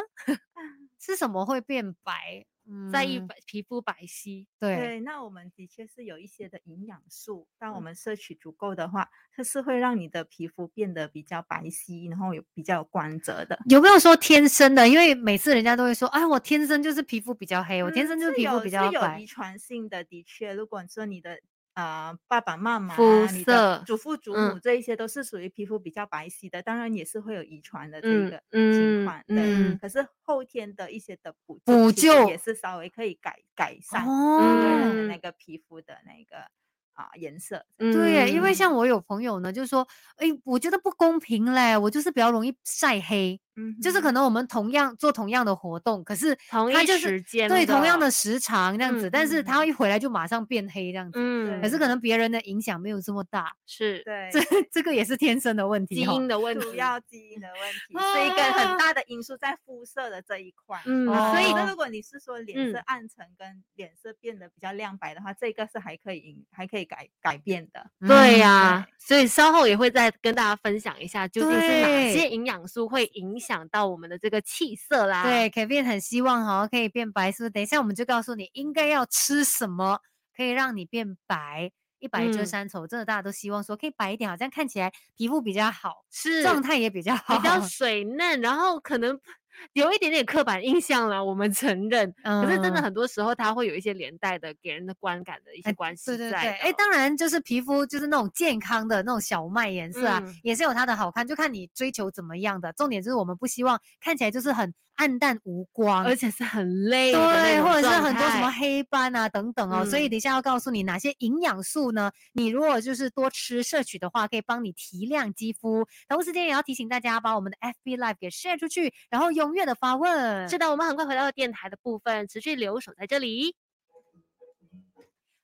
[SPEAKER 1] 吃什么会变白？嗯
[SPEAKER 2] 在意白皮肤白皙。
[SPEAKER 1] 对，
[SPEAKER 3] 对，那我们的确是有一些的营养素，当
[SPEAKER 1] 嗯
[SPEAKER 3] 我们摄取足够的话，它是会让你的皮肤变得比较白皙，然后有比较有光泽的。
[SPEAKER 1] 有没有说天生的？因为每次人家都会说，哎，我天生就是皮肤比较黑，我天
[SPEAKER 3] 嗯
[SPEAKER 1] 生就是
[SPEAKER 3] 是
[SPEAKER 1] 皮肤
[SPEAKER 3] 有
[SPEAKER 1] 比较
[SPEAKER 3] 是有
[SPEAKER 1] 白
[SPEAKER 3] 遗。传性的，的确，如果说你的啊、呃爸爸妈妈、
[SPEAKER 2] 肤
[SPEAKER 3] 你的
[SPEAKER 2] 色
[SPEAKER 3] 祖父祖
[SPEAKER 2] 嗯
[SPEAKER 3] 母这一些都是属于皮肤比较白皙的，当然也是会有遗传的这
[SPEAKER 2] 嗯
[SPEAKER 3] 一个
[SPEAKER 2] 嗯
[SPEAKER 3] 情况。
[SPEAKER 2] 嗯
[SPEAKER 3] 对，可是后天的一些的补
[SPEAKER 1] 补
[SPEAKER 3] 其实也
[SPEAKER 1] 救
[SPEAKER 3] 是稍微可以改改善对它
[SPEAKER 1] 哦
[SPEAKER 3] 的
[SPEAKER 2] 嗯
[SPEAKER 3] 那个皮肤的那个啊、颜色。
[SPEAKER 1] 对，因为
[SPEAKER 2] 嗯
[SPEAKER 1] 像我有朋友呢，就说，哎，我觉得不公平嘞，我就是比较容易晒黑，
[SPEAKER 3] 嗯
[SPEAKER 1] 就是可能我们同样做同样的活动，可是
[SPEAKER 2] 同
[SPEAKER 1] 他
[SPEAKER 2] 一
[SPEAKER 1] 就是
[SPEAKER 2] 时间
[SPEAKER 1] 对同样的，时长这样
[SPEAKER 2] 嗯
[SPEAKER 1] 子，但是他
[SPEAKER 3] 嗯
[SPEAKER 1] 一回来就马上变黑这样子，
[SPEAKER 2] 嗯，
[SPEAKER 1] 可是
[SPEAKER 3] 对
[SPEAKER 1] 可能别人的影响没有这么大，
[SPEAKER 2] 是
[SPEAKER 3] 对
[SPEAKER 1] 这这个也是天生的问
[SPEAKER 2] 基
[SPEAKER 1] 题哦。
[SPEAKER 2] 因的问
[SPEAKER 3] 主
[SPEAKER 2] 题。
[SPEAKER 3] 要基因的问题，是一个很
[SPEAKER 1] 啊
[SPEAKER 3] 大的因素在肤色的这一块。
[SPEAKER 2] 嗯
[SPEAKER 3] 啊
[SPEAKER 1] 所以
[SPEAKER 3] 那
[SPEAKER 1] 呢
[SPEAKER 3] 如果你是说脸色
[SPEAKER 2] 嗯
[SPEAKER 3] 暗沉跟脸色变得比较亮白的话，这个是还可以引还可以改改变的。
[SPEAKER 2] 对
[SPEAKER 1] 嗯
[SPEAKER 2] 呀、所以稍后也会再跟大家分享一下，究竟是哪些
[SPEAKER 1] 对
[SPEAKER 2] 营养素会影响到我们的这个气色啦。
[SPEAKER 1] 对，Kevin 很希望哈、可以变白，是不是？等一下我们就告诉你应该要吃什么可以让你变白。一白遮
[SPEAKER 2] 嗯
[SPEAKER 1] 三丑，真的大家都希望说可以白一点，好像看起来皮肤比较好，
[SPEAKER 2] 是
[SPEAKER 1] 状态也比较好。
[SPEAKER 2] 比较水嫩，然后可能有一点点刻板印象啦，我们承认。可是真的
[SPEAKER 1] 嗯
[SPEAKER 2] 很多时候，它会有一些连带的给人的观感的一些
[SPEAKER 1] 哎
[SPEAKER 2] 关系在
[SPEAKER 1] 对
[SPEAKER 2] 的。
[SPEAKER 1] 对对，哎，当然就是皮肤就是那种健康的那种小麦颜色啊，
[SPEAKER 2] 嗯
[SPEAKER 1] 也是有它的好看，就看你追求怎么样的。重点就是我们不希望看起来就是很暗淡无光，
[SPEAKER 2] 而且是很累的那
[SPEAKER 1] 对，
[SPEAKER 2] 种
[SPEAKER 1] 或者是
[SPEAKER 2] 状
[SPEAKER 1] 很多什么
[SPEAKER 2] 态
[SPEAKER 1] 黑斑啊等等哦，所以
[SPEAKER 2] 嗯
[SPEAKER 1] 等一下要告诉你哪些营养素呢？你如果就是多吃摄取的话，可以帮你提亮肌肤。同时间也要提醒大家把我们的 FB Live 给 share 出去，然后踊跃的发问。
[SPEAKER 2] 是的，我们很快回到电台的部分，持续留守在这里。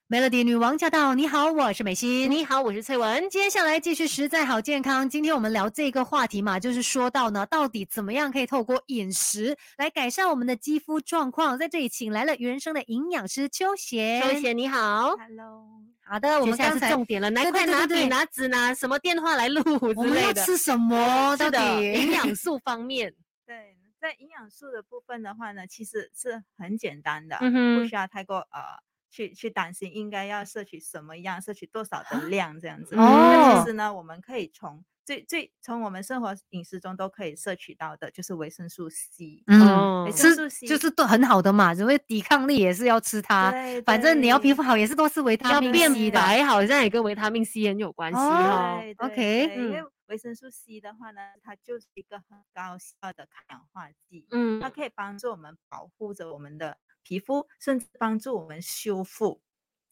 [SPEAKER 1] Melody 女王驾到，你好，我是美心。
[SPEAKER 2] 你好，我是翠文。
[SPEAKER 1] 接下来继续实在好健康。今天我们聊这个话题嘛，就是说到呢，到底怎么样可以透过饮食来改善我们的肌肤状况？在这里请来了原生的营养师秋贤。
[SPEAKER 2] 周，贤，你好。
[SPEAKER 3] Hello，
[SPEAKER 1] 好的，我
[SPEAKER 2] 接
[SPEAKER 1] 们
[SPEAKER 2] 下来
[SPEAKER 1] 刚
[SPEAKER 2] 是
[SPEAKER 1] 才
[SPEAKER 2] 重点了，难
[SPEAKER 1] 对对
[SPEAKER 2] 怪
[SPEAKER 1] 对
[SPEAKER 2] 拿
[SPEAKER 1] 对
[SPEAKER 2] 笔、
[SPEAKER 1] 对
[SPEAKER 2] 拿纸、拿什么电话来录
[SPEAKER 1] 我
[SPEAKER 2] 之
[SPEAKER 1] 们
[SPEAKER 2] 类
[SPEAKER 1] 要
[SPEAKER 2] 的。
[SPEAKER 1] 吃什么？到
[SPEAKER 2] 是的，营
[SPEAKER 1] 底？
[SPEAKER 2] 养素方面，
[SPEAKER 3] 对，在营养素的部分的话呢，其实是很简单的，
[SPEAKER 2] 嗯
[SPEAKER 3] 不
[SPEAKER 2] 哼
[SPEAKER 3] 需要太过呃。去去担心应该要摄取什么样，摄取多少
[SPEAKER 2] 啊
[SPEAKER 3] 的量这样子。那
[SPEAKER 1] 哦
[SPEAKER 3] 其实呢，我们可以从最最从我们生活饮食中都可以摄取到的，就是维生素 C。
[SPEAKER 1] 嗯，
[SPEAKER 2] 哦
[SPEAKER 3] 维生
[SPEAKER 1] 吃
[SPEAKER 3] 素
[SPEAKER 1] 就
[SPEAKER 3] C
[SPEAKER 1] 是都很好的嘛，因为抵抗力也是要吃它。
[SPEAKER 3] 对
[SPEAKER 1] 啊反正你要皮
[SPEAKER 3] 对
[SPEAKER 1] 肤好，也是多吃维他
[SPEAKER 2] 要
[SPEAKER 1] 命
[SPEAKER 2] 变
[SPEAKER 1] C 的。
[SPEAKER 2] 白，好像也跟维他命 C 很有关系哦。
[SPEAKER 3] 对对
[SPEAKER 1] OK，
[SPEAKER 3] 对因为
[SPEAKER 2] 嗯
[SPEAKER 3] 维生素 C 的话呢，它就是一个很高效的抗氧化剂，
[SPEAKER 2] 嗯
[SPEAKER 3] 它可以帮助我们保护着我们的皮肤，甚至帮助我们修复、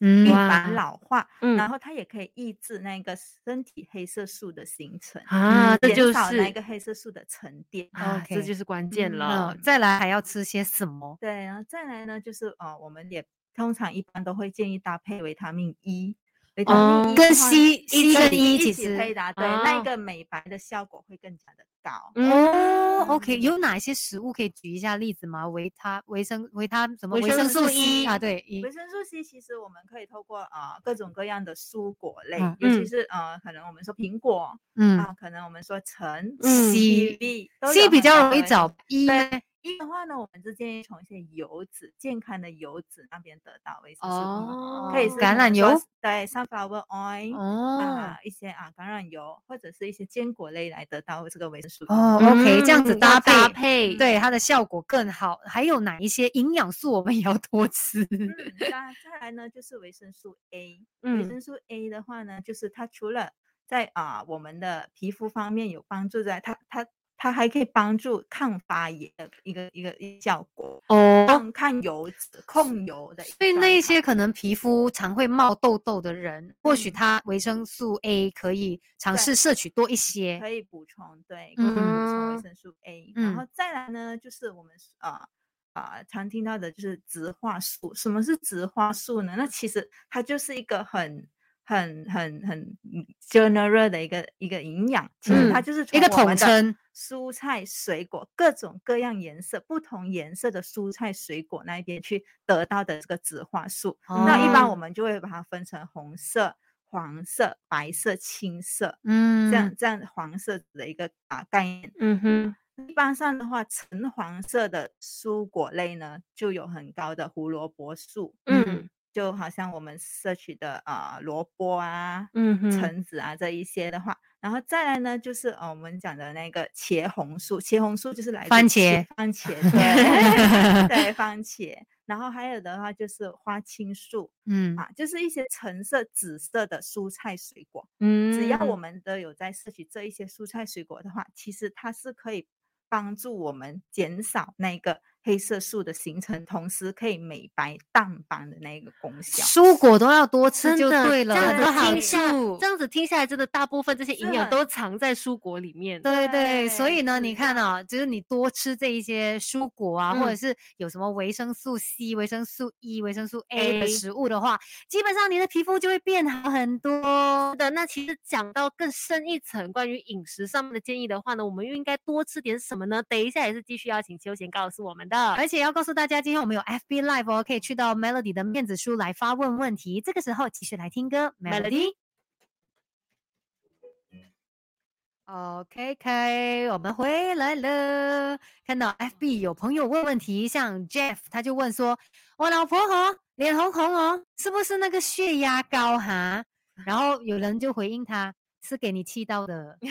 [SPEAKER 1] 嗯
[SPEAKER 3] 预
[SPEAKER 2] 哇
[SPEAKER 3] 防老化，然
[SPEAKER 2] 嗯
[SPEAKER 3] 后它也可以抑制那个身体黑色素的形成，
[SPEAKER 1] 嗯
[SPEAKER 2] 啊，这
[SPEAKER 3] 减
[SPEAKER 2] 就
[SPEAKER 3] 少那
[SPEAKER 2] 是
[SPEAKER 3] 个黑色素的沉淀。
[SPEAKER 2] 啊，这
[SPEAKER 1] OK
[SPEAKER 2] 就是关键
[SPEAKER 3] 嗯
[SPEAKER 2] 了
[SPEAKER 1] 嗯，。再来还要吃些什么？
[SPEAKER 3] 对，然后再来呢，就是呃，我们也通常一般都会建议搭配维他命 E，维他
[SPEAKER 2] 哦
[SPEAKER 3] 命 E
[SPEAKER 1] 跟
[SPEAKER 3] 的话
[SPEAKER 1] C
[SPEAKER 3] 一
[SPEAKER 1] C 跟
[SPEAKER 3] 起
[SPEAKER 1] E
[SPEAKER 3] 一
[SPEAKER 1] 其
[SPEAKER 3] 起配
[SPEAKER 1] 实
[SPEAKER 3] 搭，对，那
[SPEAKER 2] 哦
[SPEAKER 3] 一个美白的效果会更加的高。
[SPEAKER 2] 嗯
[SPEAKER 1] 哦，OK，
[SPEAKER 3] 嗯
[SPEAKER 1] 有哪些食物可以举一下例子吗？维他维生维他什么
[SPEAKER 2] 维
[SPEAKER 1] 维
[SPEAKER 2] 生
[SPEAKER 1] 生素
[SPEAKER 2] 素
[SPEAKER 1] C
[SPEAKER 2] E
[SPEAKER 1] 啊？对，E，
[SPEAKER 3] 维生素 C 其实我们可以透过啊、呃各种各样的蔬果类，
[SPEAKER 1] 嗯
[SPEAKER 3] 尤
[SPEAKER 2] 嗯
[SPEAKER 3] 其是呃可能我们说苹果、啊
[SPEAKER 1] 嗯
[SPEAKER 3] 啊，可能我们说橙、
[SPEAKER 2] 嗯
[SPEAKER 1] C
[SPEAKER 3] B
[SPEAKER 1] ，C 比较容易找，E
[SPEAKER 3] 对
[SPEAKER 1] 呢
[SPEAKER 3] 一的话呢，我们就建议从一些油脂、健康的油脂那边得到维生素 E
[SPEAKER 2] 哦，
[SPEAKER 3] 可以
[SPEAKER 1] 哦
[SPEAKER 3] 是
[SPEAKER 1] 橄
[SPEAKER 3] 比
[SPEAKER 1] 榄
[SPEAKER 3] 如说
[SPEAKER 1] 油
[SPEAKER 3] 是对 sunflower oil、
[SPEAKER 1] 哦
[SPEAKER 3] 啊，一些啊橄榄油或者是一些坚果类来得到这个维生素 E。
[SPEAKER 1] 哦，OK，这样子
[SPEAKER 2] 嗯
[SPEAKER 1] 搭
[SPEAKER 2] 要
[SPEAKER 1] 配，
[SPEAKER 2] 搭配，
[SPEAKER 1] 对它的效果更好。还有哪一些营养素我们也要多吃？
[SPEAKER 3] 嗯，那再来呢就是维生素 A，维
[SPEAKER 2] 嗯
[SPEAKER 3] 生素 A 的话呢，就是它除了在啊、我们的皮肤方面有帮助在，它它它还可以帮助抗发炎的一个一个一个效果，
[SPEAKER 2] 哦，
[SPEAKER 3] 抗抗油脂、控油的个状态。
[SPEAKER 1] 对那一些可能皮肤常会冒痘痘的人，或许
[SPEAKER 3] 嗯
[SPEAKER 1] 他维生素 A 可以尝
[SPEAKER 3] 对
[SPEAKER 1] 试摄取多一些。
[SPEAKER 3] 可以补充，对，可以补充
[SPEAKER 2] 嗯
[SPEAKER 3] 维生素 A，、然
[SPEAKER 1] 嗯
[SPEAKER 3] 后再来呢，就是我们啊啊、常听到的就是植化素。什么是植化素呢？那其实它就是一个很。很很很 general 的一个一个营养，其实它
[SPEAKER 1] 嗯
[SPEAKER 3] 就是
[SPEAKER 1] 一
[SPEAKER 3] 从
[SPEAKER 1] 个
[SPEAKER 3] 我
[SPEAKER 1] 统
[SPEAKER 3] 们的
[SPEAKER 1] 称，
[SPEAKER 3] 蔬菜、水果各种各样颜色、不同颜色的蔬菜、水果那一边去得到的这个植化素。那一般
[SPEAKER 1] 哦
[SPEAKER 3] 我们就会把它分成红色、黄色、白色、青色，
[SPEAKER 1] 嗯，
[SPEAKER 3] 这样这样黄色的一个啊概念。
[SPEAKER 2] 嗯哼，
[SPEAKER 3] 一般上的话，橙黄色的蔬果类呢，就有很高的胡萝卜素，
[SPEAKER 2] 嗯
[SPEAKER 3] 就好像我们摄取的啊、萝卜啊、
[SPEAKER 2] 嗯哼，
[SPEAKER 3] 橙子啊这一些的话，然后再来呢，就是呃我们讲的那个茄红素，茄红素就是来自
[SPEAKER 1] 番茄
[SPEAKER 3] 茄番茄对对番茄，然后还有的话就是花青素
[SPEAKER 1] 嗯
[SPEAKER 3] 啊，就是一些橙色、紫色的蔬菜水果，
[SPEAKER 2] 嗯，
[SPEAKER 3] 只要我们都有在摄取这一些蔬菜水果的话，其实它是可以帮助我们减少那个黑色素的形成，同时可以美白淡斑的那一个功效。
[SPEAKER 1] 蔬果都要多吃
[SPEAKER 2] 真
[SPEAKER 1] 就
[SPEAKER 2] 的
[SPEAKER 1] 对了，
[SPEAKER 2] 这
[SPEAKER 1] 很多
[SPEAKER 2] 样子
[SPEAKER 1] 好
[SPEAKER 2] 听下，
[SPEAKER 1] 处
[SPEAKER 2] 这。样子听下来，真的大部分这些营
[SPEAKER 3] 是
[SPEAKER 2] 养
[SPEAKER 3] 很
[SPEAKER 2] 都藏在蔬果里面。
[SPEAKER 1] 对对，所
[SPEAKER 3] 对
[SPEAKER 1] 以呢，你
[SPEAKER 3] 是
[SPEAKER 1] 看啊，就是你多吃这一些蔬果啊，或者
[SPEAKER 2] 嗯
[SPEAKER 1] 是有什么维生素 C、维生素 E、维生素 A 的
[SPEAKER 2] A
[SPEAKER 1] 食物的话，基本上你的皮肤就会变好很多
[SPEAKER 2] 是。的，那其实讲到更深一层关于饮食上面的建议的话呢，我们又应该多吃点什么呢？等一下也是继续邀请秋贤告诉我们的。
[SPEAKER 1] 而且要告诉大家，今天我们有 FB Live 哦，可以去到 Melody 的面子书来发问问题。这个时候继续来听歌
[SPEAKER 2] Melody
[SPEAKER 1] ，Melody。OK OK，我们回来了。看到 FB 有朋友问问题，像 Jeff 他就问说：“我老婆哦，脸红红哦，是不是那个血压高哈？”然后有人就回应他：“是给你气到的。”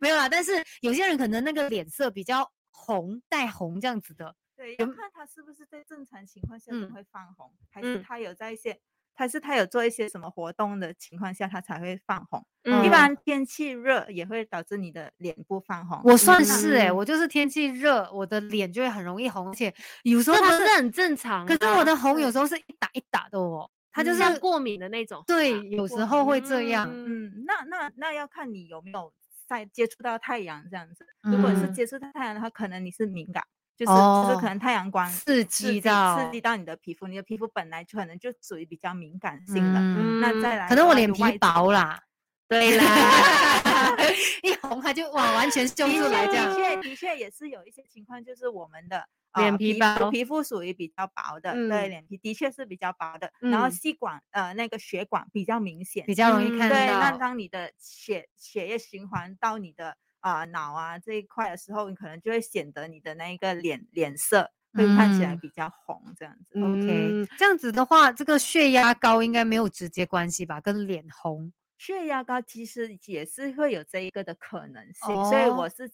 [SPEAKER 1] 没有啦，但是有些人可能那个脸色比较红，带红这样子的，
[SPEAKER 3] 对，要
[SPEAKER 1] 有
[SPEAKER 3] 看它是不是在正常情况下就
[SPEAKER 1] 嗯
[SPEAKER 3] 会泛红，还是
[SPEAKER 2] 嗯
[SPEAKER 3] 它有在一些，还是它有做一些什么活动的情况下它才会泛红。
[SPEAKER 1] 嗯
[SPEAKER 3] 一般天气热也会导致你的脸部泛红。
[SPEAKER 1] 我算是哎、
[SPEAKER 2] 嗯
[SPEAKER 1] 我就是天气热，我的脸就会很容易红，而且有时候
[SPEAKER 2] 这
[SPEAKER 1] 它
[SPEAKER 2] 不
[SPEAKER 1] 是，
[SPEAKER 2] 是很正常
[SPEAKER 1] 可
[SPEAKER 2] 的。
[SPEAKER 1] 是我的红有时候是一打一打的哦，它就
[SPEAKER 2] 嗯
[SPEAKER 1] 是、
[SPEAKER 2] 像过敏的那种，
[SPEAKER 1] 对
[SPEAKER 2] 吧，
[SPEAKER 1] 有时
[SPEAKER 3] 过
[SPEAKER 1] 候会这
[SPEAKER 2] 敏
[SPEAKER 1] 样。
[SPEAKER 3] 嗯，那那那要看你有没有晒接触到太阳这样子。如果是
[SPEAKER 2] 嗯
[SPEAKER 3] 接触到太阳的话，可能你是敏感，就是、就是
[SPEAKER 1] 哦
[SPEAKER 3] 可能太阳光
[SPEAKER 1] 刺
[SPEAKER 3] 刺
[SPEAKER 1] 激
[SPEAKER 3] 激
[SPEAKER 1] 到，
[SPEAKER 3] 刺激到你的皮肤，你的皮肤本来就可能就属于比较敏感性的。
[SPEAKER 1] 嗯
[SPEAKER 3] 那
[SPEAKER 2] 嗯
[SPEAKER 3] 再来的话，
[SPEAKER 1] 可能我
[SPEAKER 3] 你
[SPEAKER 1] 脸皮
[SPEAKER 3] 外
[SPEAKER 1] 薄啦，
[SPEAKER 2] 对 啦，
[SPEAKER 1] 一红它就哇完全秀
[SPEAKER 3] 的
[SPEAKER 1] 出来这
[SPEAKER 3] 确
[SPEAKER 1] 样
[SPEAKER 3] 的。确的确也是有一些情况，就是我们的。呃
[SPEAKER 2] 脸皮
[SPEAKER 3] 肤
[SPEAKER 2] 薄
[SPEAKER 3] 皮肤属于比较薄的，对，
[SPEAKER 2] 嗯
[SPEAKER 3] 脸皮的确是比较薄的。然后
[SPEAKER 2] 嗯
[SPEAKER 3] 细管呃那个血管比较明显，
[SPEAKER 1] 比较容易
[SPEAKER 2] 嗯
[SPEAKER 1] 看
[SPEAKER 3] 对，那
[SPEAKER 1] 到，
[SPEAKER 3] 当你的血血液循环到你的啊、脑啊这一块的时候，你可能就会显得你的那一个脸脸色会看起来
[SPEAKER 1] 嗯
[SPEAKER 3] 比较红这样子。哦
[SPEAKER 1] OK，
[SPEAKER 2] 嗯
[SPEAKER 1] 这样子的话，这个血压高应该没有直接关系吧，跟脸红
[SPEAKER 3] 血压高其实也是会有这一个的可能性，所以
[SPEAKER 1] 哦
[SPEAKER 3] 我是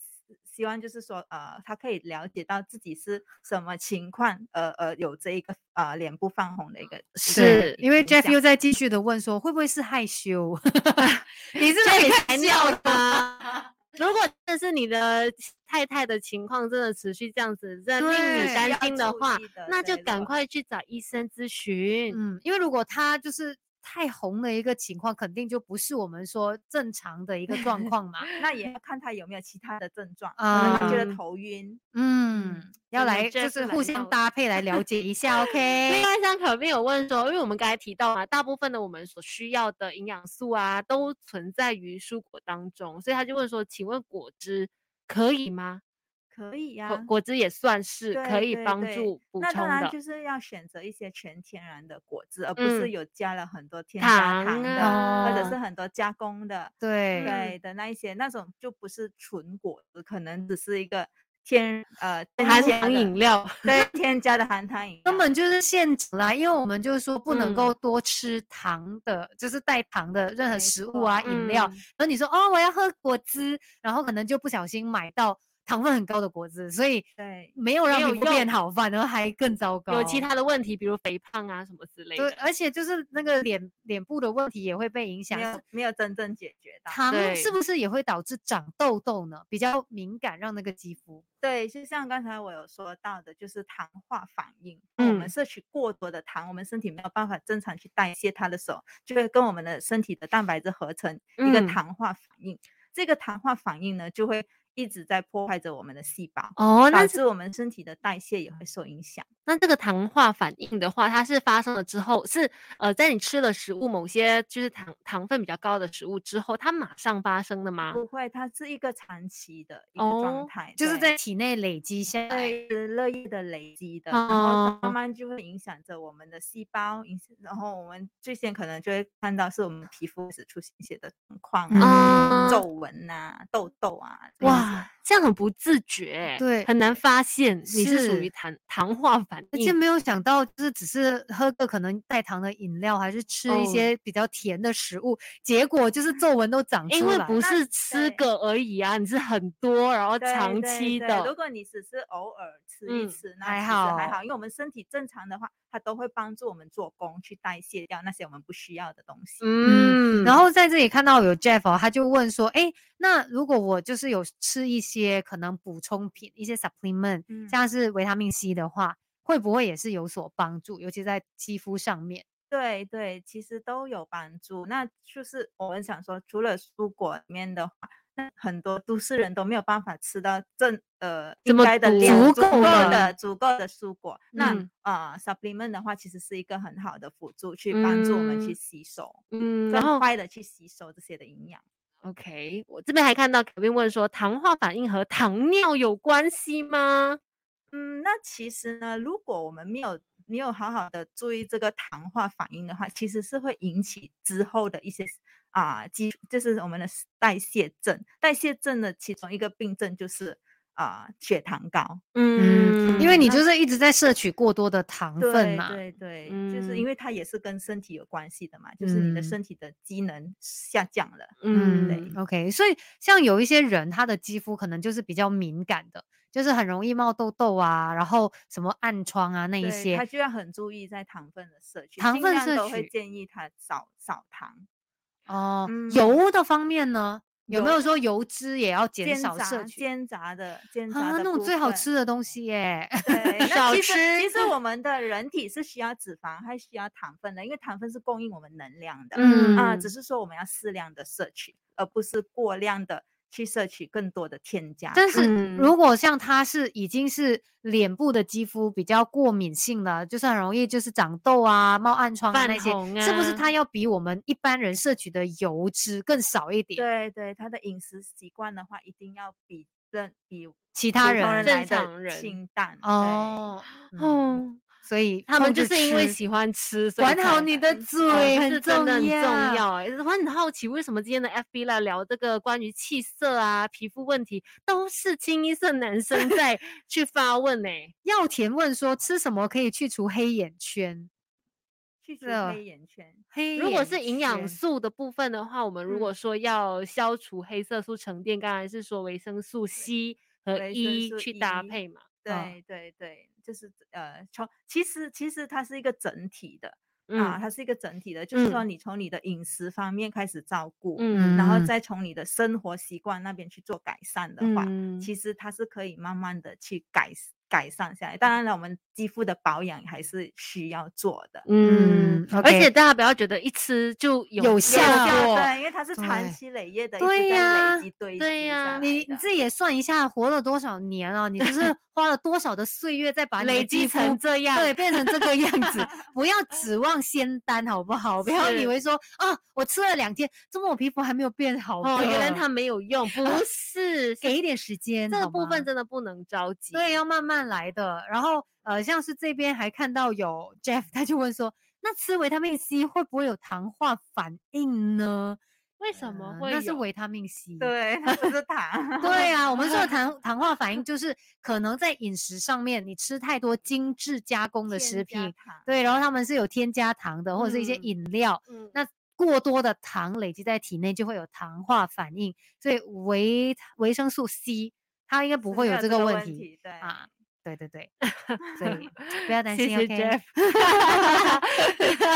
[SPEAKER 3] 希望就是说，呃，他可以了解到自己是什么情况，呃呃，有这一个呃脸部泛红的一个
[SPEAKER 1] 对
[SPEAKER 2] 是
[SPEAKER 1] 因为 Jeff 又
[SPEAKER 3] 又
[SPEAKER 1] 在继续的问说，会不会是害 羞？你是在
[SPEAKER 2] 才
[SPEAKER 1] 开
[SPEAKER 2] 尿
[SPEAKER 1] 笑
[SPEAKER 2] 吗？ 如果这是你的太太的情况，真的持续这样子，在令
[SPEAKER 1] 对
[SPEAKER 2] 你担
[SPEAKER 3] 要
[SPEAKER 2] 心的
[SPEAKER 3] 注
[SPEAKER 2] 话
[SPEAKER 3] 意的，
[SPEAKER 2] 那就
[SPEAKER 3] 对的
[SPEAKER 2] 赶快去找医生咨询。
[SPEAKER 1] 嗯，因为如果他就是太红的一个情况，肯定就不是我们说正常的一个状况 嘛。嗯
[SPEAKER 3] 那也要看他有没有其他的症状，可能他觉得
[SPEAKER 2] 啊
[SPEAKER 3] 头晕，
[SPEAKER 1] 嗯，要
[SPEAKER 2] 真的
[SPEAKER 1] 来就
[SPEAKER 2] ，Jeff
[SPEAKER 1] 是
[SPEAKER 2] 来
[SPEAKER 1] 互
[SPEAKER 2] 到
[SPEAKER 1] 相
[SPEAKER 2] 了
[SPEAKER 1] 搭配来了解一下
[SPEAKER 2] 另
[SPEAKER 1] ，OK？
[SPEAKER 2] 外，像可斌有问说，因为我们刚才提到嘛，大部分的我们所需要的营养素啊，都存在于蔬果当中，所以他就问说，请问果汁可以吗？
[SPEAKER 3] 可以呀、
[SPEAKER 2] 果果汁也算是可
[SPEAKER 3] 对
[SPEAKER 2] 以
[SPEAKER 3] 对
[SPEAKER 2] 帮
[SPEAKER 3] 对
[SPEAKER 2] 助补
[SPEAKER 3] 那
[SPEAKER 2] 充
[SPEAKER 3] 当然
[SPEAKER 2] 的
[SPEAKER 3] 就，是要选择一些全天然的果汁，而不是
[SPEAKER 2] 嗯
[SPEAKER 3] 有加了很多添
[SPEAKER 2] 糖
[SPEAKER 3] 加糖的，
[SPEAKER 2] 啊，
[SPEAKER 3] 或者是很多加工的，
[SPEAKER 1] 对，
[SPEAKER 3] 对的那一些，那种就不是纯果汁，可能只是一个添呃添
[SPEAKER 2] 含
[SPEAKER 3] 加
[SPEAKER 2] 糖
[SPEAKER 3] 的
[SPEAKER 2] 饮料，
[SPEAKER 3] 对添加的含糖饮料，
[SPEAKER 1] 根本就是限制啦，因为我们就是说不能
[SPEAKER 2] 嗯
[SPEAKER 1] 够多吃糖的，就是带糖的任何
[SPEAKER 3] 没
[SPEAKER 1] 食物啊、饮料。
[SPEAKER 2] 嗯
[SPEAKER 1] 然后你说哦，我要喝果汁，然后可能就不小心买到糖分很高的果汁，所以
[SPEAKER 3] 对
[SPEAKER 1] 没有让
[SPEAKER 2] 有
[SPEAKER 1] 皮肤变
[SPEAKER 2] 用
[SPEAKER 1] 好，反而还更糟
[SPEAKER 3] 嗯
[SPEAKER 1] 糕。
[SPEAKER 2] 有其他的问题，比如肥胖啊什么之类
[SPEAKER 1] 对，
[SPEAKER 2] 的。
[SPEAKER 1] 而且就是那个脸脸部的问题也会被影响
[SPEAKER 3] 没。有没有真正解决到。
[SPEAKER 1] 糖是
[SPEAKER 2] 对
[SPEAKER 1] 不是也会导致长痘痘呢？比较敏感，让那个肌肤
[SPEAKER 3] 对，就像刚才我有说到的，就是糖化反应。我们
[SPEAKER 2] 嗯
[SPEAKER 3] 摄取过多的糖，我们身体没有办法正常去代谢它的时候，就会跟我们的身体的蛋白质合成一个
[SPEAKER 2] 嗯
[SPEAKER 3] 糖化反应。这个糖化反应呢，就会一直在破坏着我们的细胞，
[SPEAKER 2] 哦，
[SPEAKER 3] 导
[SPEAKER 2] 那
[SPEAKER 3] 致我们身体的代谢也会受影响。
[SPEAKER 2] 那这个糖化反应的话，它是发生了之后，是呃，在你吃了食物某些就是糖糖分比较高的食物之后，它马上发生的吗？
[SPEAKER 3] 不会，它是一个长期的一个状
[SPEAKER 2] 啊哦
[SPEAKER 3] 态，
[SPEAKER 1] 就是
[SPEAKER 3] 对
[SPEAKER 1] 在体内累积下来。
[SPEAKER 3] 对热液的累积的，然后
[SPEAKER 2] 哎哦
[SPEAKER 3] 慢慢就会影响着我们的细胞，影响，然后我们最先可能就会看到是我们皮肤开始出现一些的状况啊，
[SPEAKER 2] 嗯
[SPEAKER 3] 皱纹呐、痘痘啊，这样子
[SPEAKER 2] 哇，这样很不自觉欸，
[SPEAKER 1] 对
[SPEAKER 2] 很难发现你是属
[SPEAKER 1] 是
[SPEAKER 2] 于糖糖化反
[SPEAKER 1] 而且
[SPEAKER 2] 应。
[SPEAKER 1] 没有想到，就是只是喝个可能带糖的饮料，还是吃一
[SPEAKER 2] 哦
[SPEAKER 1] 些比较甜的食物，结果就是皱纹都长
[SPEAKER 2] 因
[SPEAKER 1] 出
[SPEAKER 2] 为
[SPEAKER 1] 来。
[SPEAKER 2] 不
[SPEAKER 3] 那
[SPEAKER 2] 是吃
[SPEAKER 3] 对
[SPEAKER 2] 个而已啊，你是很多，然后
[SPEAKER 3] 对
[SPEAKER 2] 长
[SPEAKER 3] 对
[SPEAKER 2] 期
[SPEAKER 3] 对
[SPEAKER 2] 的。
[SPEAKER 3] 如果你只是偶尔吃
[SPEAKER 2] 嗯
[SPEAKER 3] 一吃，那
[SPEAKER 1] 还
[SPEAKER 3] 其实还
[SPEAKER 1] 好
[SPEAKER 3] 好，因为我们身体正常的话，它都会帮助我们做工去代谢掉那些我们不需要的东西。
[SPEAKER 1] 嗯
[SPEAKER 2] 嗯，
[SPEAKER 1] 然后在这里看到有 Jeff，、哦、他就问说，哎，那如果我就是有吃一些可能补充品，一些 supplement，、
[SPEAKER 3] 嗯
[SPEAKER 1] 像是维他命 C 的话，会不会也是有所帮助，尤其在肌肤上面？
[SPEAKER 3] 对对，其实都有帮助。那就是我们想说，除了蔬果里面的话，那很多都市人都没有办法吃到正呃
[SPEAKER 2] 这
[SPEAKER 3] 应
[SPEAKER 2] 么
[SPEAKER 3] 该的
[SPEAKER 2] 足
[SPEAKER 3] 量、足
[SPEAKER 2] 够
[SPEAKER 3] 够
[SPEAKER 2] 的
[SPEAKER 3] 的、足够的蔬果。那
[SPEAKER 2] 嗯
[SPEAKER 3] 啊、呃、，supplement 的话，其实是一个很好的辅助，去帮助我们去
[SPEAKER 2] 嗯
[SPEAKER 3] 吸收，
[SPEAKER 2] 嗯，然
[SPEAKER 3] 更
[SPEAKER 2] 后
[SPEAKER 3] 快的去吸收这些的营养。
[SPEAKER 2] OK，我这边还看到凯宾问说，糖化反应和糖尿有关系吗？
[SPEAKER 3] 嗯，那其实呢，如果我们没有没有好好的注意这个糖化反应的话，其实是会引起之后的一些啊基，就是我们的代谢症。代谢症的其中一个病症就是啊血糖高。
[SPEAKER 1] 嗯，因为你
[SPEAKER 3] 那
[SPEAKER 1] 就是一直在摄取过多的糖分
[SPEAKER 3] 对
[SPEAKER 1] 嘛。
[SPEAKER 3] 对对，就是
[SPEAKER 2] 嗯
[SPEAKER 3] 因为它也是跟身体有关系的嘛，就是你的
[SPEAKER 1] 嗯
[SPEAKER 3] 身体的机能下降了。
[SPEAKER 2] 嗯，
[SPEAKER 3] 对
[SPEAKER 1] ，OK，所以像有一些人，他的肌肤可能就是比较敏感的，就是很容易冒痘痘啊，然后什么暗疮啊那一
[SPEAKER 3] 对，他
[SPEAKER 1] 些。
[SPEAKER 3] 就要很注意在糖分的摄取，
[SPEAKER 1] 糖
[SPEAKER 3] 尽
[SPEAKER 1] 分
[SPEAKER 3] 量
[SPEAKER 1] 摄
[SPEAKER 3] 都会
[SPEAKER 1] 取
[SPEAKER 3] 建议他少少糖，
[SPEAKER 1] 哦，
[SPEAKER 3] 嗯
[SPEAKER 1] 油的方面呢，有没
[SPEAKER 3] 油
[SPEAKER 1] 有说油脂也要减
[SPEAKER 3] 煎
[SPEAKER 1] 少摄
[SPEAKER 3] 炸
[SPEAKER 1] 取？
[SPEAKER 3] 煎炸的煎炸
[SPEAKER 1] 啊，
[SPEAKER 3] 的
[SPEAKER 1] 那种
[SPEAKER 3] 部
[SPEAKER 1] 最好
[SPEAKER 3] 分
[SPEAKER 1] 吃的东西耶。
[SPEAKER 3] 对，那
[SPEAKER 2] 少
[SPEAKER 3] 其实其
[SPEAKER 2] 吃
[SPEAKER 3] 实我们的人体是需要脂肪，还需要糖分的，因为糖分是供应我们能量的。
[SPEAKER 2] 嗯
[SPEAKER 3] 啊，只是说我们要适量的摄取，而不是过量的去摄取更多的添加。
[SPEAKER 1] 但是
[SPEAKER 2] 嗯
[SPEAKER 1] 如果像他是已经是脸部的肌肤比较过敏性了，就是很容易就是长痘啊、冒暗疮啊
[SPEAKER 2] 泛
[SPEAKER 1] 那些，
[SPEAKER 2] 红
[SPEAKER 1] 是不是
[SPEAKER 2] 啊
[SPEAKER 1] 他要比我们一般人摄取的油脂更少一点？
[SPEAKER 3] 对对，他的饮食习惯的话，一定要比正比
[SPEAKER 1] 其
[SPEAKER 3] 普
[SPEAKER 1] 他
[SPEAKER 3] 通人
[SPEAKER 1] 人
[SPEAKER 2] 正
[SPEAKER 3] 来
[SPEAKER 2] 常
[SPEAKER 3] 的
[SPEAKER 2] 人
[SPEAKER 3] 清淡。对，
[SPEAKER 1] 哦，嗯，
[SPEAKER 2] 哦，
[SPEAKER 1] 所以
[SPEAKER 2] 他们
[SPEAKER 1] 控
[SPEAKER 2] 就
[SPEAKER 1] 制
[SPEAKER 2] 是因为
[SPEAKER 1] 吃
[SPEAKER 2] 喜欢吃，所以
[SPEAKER 1] 管好
[SPEAKER 2] 才嗯
[SPEAKER 1] 你的嘴
[SPEAKER 2] 对，
[SPEAKER 1] 很
[SPEAKER 2] 是
[SPEAKER 1] 重
[SPEAKER 2] 真的很重
[SPEAKER 1] 要。
[SPEAKER 2] 要哎、我很好奇，为什么今天的 FB 来聊这个关于气色啊、皮肤问题，都是清一色男生在去发问呢、
[SPEAKER 1] 药田问说吃什么可以去除黑眼圈？
[SPEAKER 3] 去除
[SPEAKER 1] 的
[SPEAKER 3] 黑眼圈。
[SPEAKER 2] 嗯
[SPEAKER 1] 黑
[SPEAKER 2] 如果
[SPEAKER 1] 眼
[SPEAKER 2] 是营养
[SPEAKER 1] 圈
[SPEAKER 2] 素的部分的话，我们如果
[SPEAKER 3] 嗯
[SPEAKER 2] 说要消除黑色素沉淀，刚才是说维生素 C 和
[SPEAKER 3] 维生
[SPEAKER 2] E
[SPEAKER 3] 素
[SPEAKER 2] 去搭
[SPEAKER 3] E
[SPEAKER 2] 配嘛。
[SPEAKER 1] 啊
[SPEAKER 3] 对对对，就是呃，从其实其实它是一个整体的。啊，
[SPEAKER 2] 嗯
[SPEAKER 3] 它是一个整体的，就是说
[SPEAKER 2] 嗯
[SPEAKER 3] 你从你的饮食方面开始照顾，
[SPEAKER 2] 嗯
[SPEAKER 3] 然后
[SPEAKER 1] 嗯
[SPEAKER 3] 再从你的生活习惯那边去做改善的话，
[SPEAKER 2] 嗯，
[SPEAKER 3] 其实它是可以慢慢的去改改善下来。当然了，我们肌肤的保养还是需要做的，
[SPEAKER 1] 嗯
[SPEAKER 2] 而
[SPEAKER 1] ，OK
[SPEAKER 2] 且大家不要觉得一吃就有
[SPEAKER 1] 有
[SPEAKER 2] 有
[SPEAKER 1] 效
[SPEAKER 2] 果
[SPEAKER 1] 果
[SPEAKER 3] 对，因为它是长
[SPEAKER 1] 对
[SPEAKER 3] 期累月的，一
[SPEAKER 1] 对
[SPEAKER 3] 直在
[SPEAKER 1] 呀
[SPEAKER 3] 累积堆积
[SPEAKER 2] 对呀
[SPEAKER 3] 下来
[SPEAKER 1] 你你
[SPEAKER 3] 的
[SPEAKER 1] 自己也算一下，活了多少年啊？你就是花了多少的岁月在把你的
[SPEAKER 2] 累
[SPEAKER 1] 肌
[SPEAKER 2] 积
[SPEAKER 1] 肤
[SPEAKER 2] 成这样，
[SPEAKER 1] 对，变成这个 样子，不要指望仙丹，好不好？不要以
[SPEAKER 2] 是
[SPEAKER 1] 为说啊，我吃了两天，怎么我皮肤还没有变好的？
[SPEAKER 2] 哦，原来它没有用， 不是是
[SPEAKER 1] 给一点时间，
[SPEAKER 2] 这个
[SPEAKER 1] 好
[SPEAKER 2] 部分
[SPEAKER 1] 吗
[SPEAKER 2] 真的不能着急。
[SPEAKER 1] 对，要慢慢来的。然后呃，像是这边还看到有 Jeff，他就问说，那吃维他命 C 会不会有糖化反应呢？
[SPEAKER 2] 为什么
[SPEAKER 1] 嗯
[SPEAKER 2] 会有？
[SPEAKER 1] 那是 维他命 C。
[SPEAKER 3] 对，它 就是糖。
[SPEAKER 1] 对啊，我们 说的糖糖化反应就是可能在饮食上面，你吃太多精致加工的食
[SPEAKER 3] 添加
[SPEAKER 1] 品，
[SPEAKER 3] 糖，
[SPEAKER 1] 对，然后他们是有添加糖的，或者是一些
[SPEAKER 2] 嗯
[SPEAKER 1] 饮料，
[SPEAKER 2] 嗯，
[SPEAKER 1] 那过多的糖累积在体内就会有糖化反应，所以维维生素 C 它应该不
[SPEAKER 3] 是
[SPEAKER 1] 会
[SPEAKER 3] 没
[SPEAKER 1] 有
[SPEAKER 3] 有
[SPEAKER 1] 这
[SPEAKER 3] 个
[SPEAKER 1] 个问
[SPEAKER 3] 问
[SPEAKER 1] 题。
[SPEAKER 3] 题。对
[SPEAKER 1] 啊，对对对，所以不要担
[SPEAKER 2] 谢
[SPEAKER 1] 心
[SPEAKER 2] 谢
[SPEAKER 1] OK，
[SPEAKER 2] Jeff。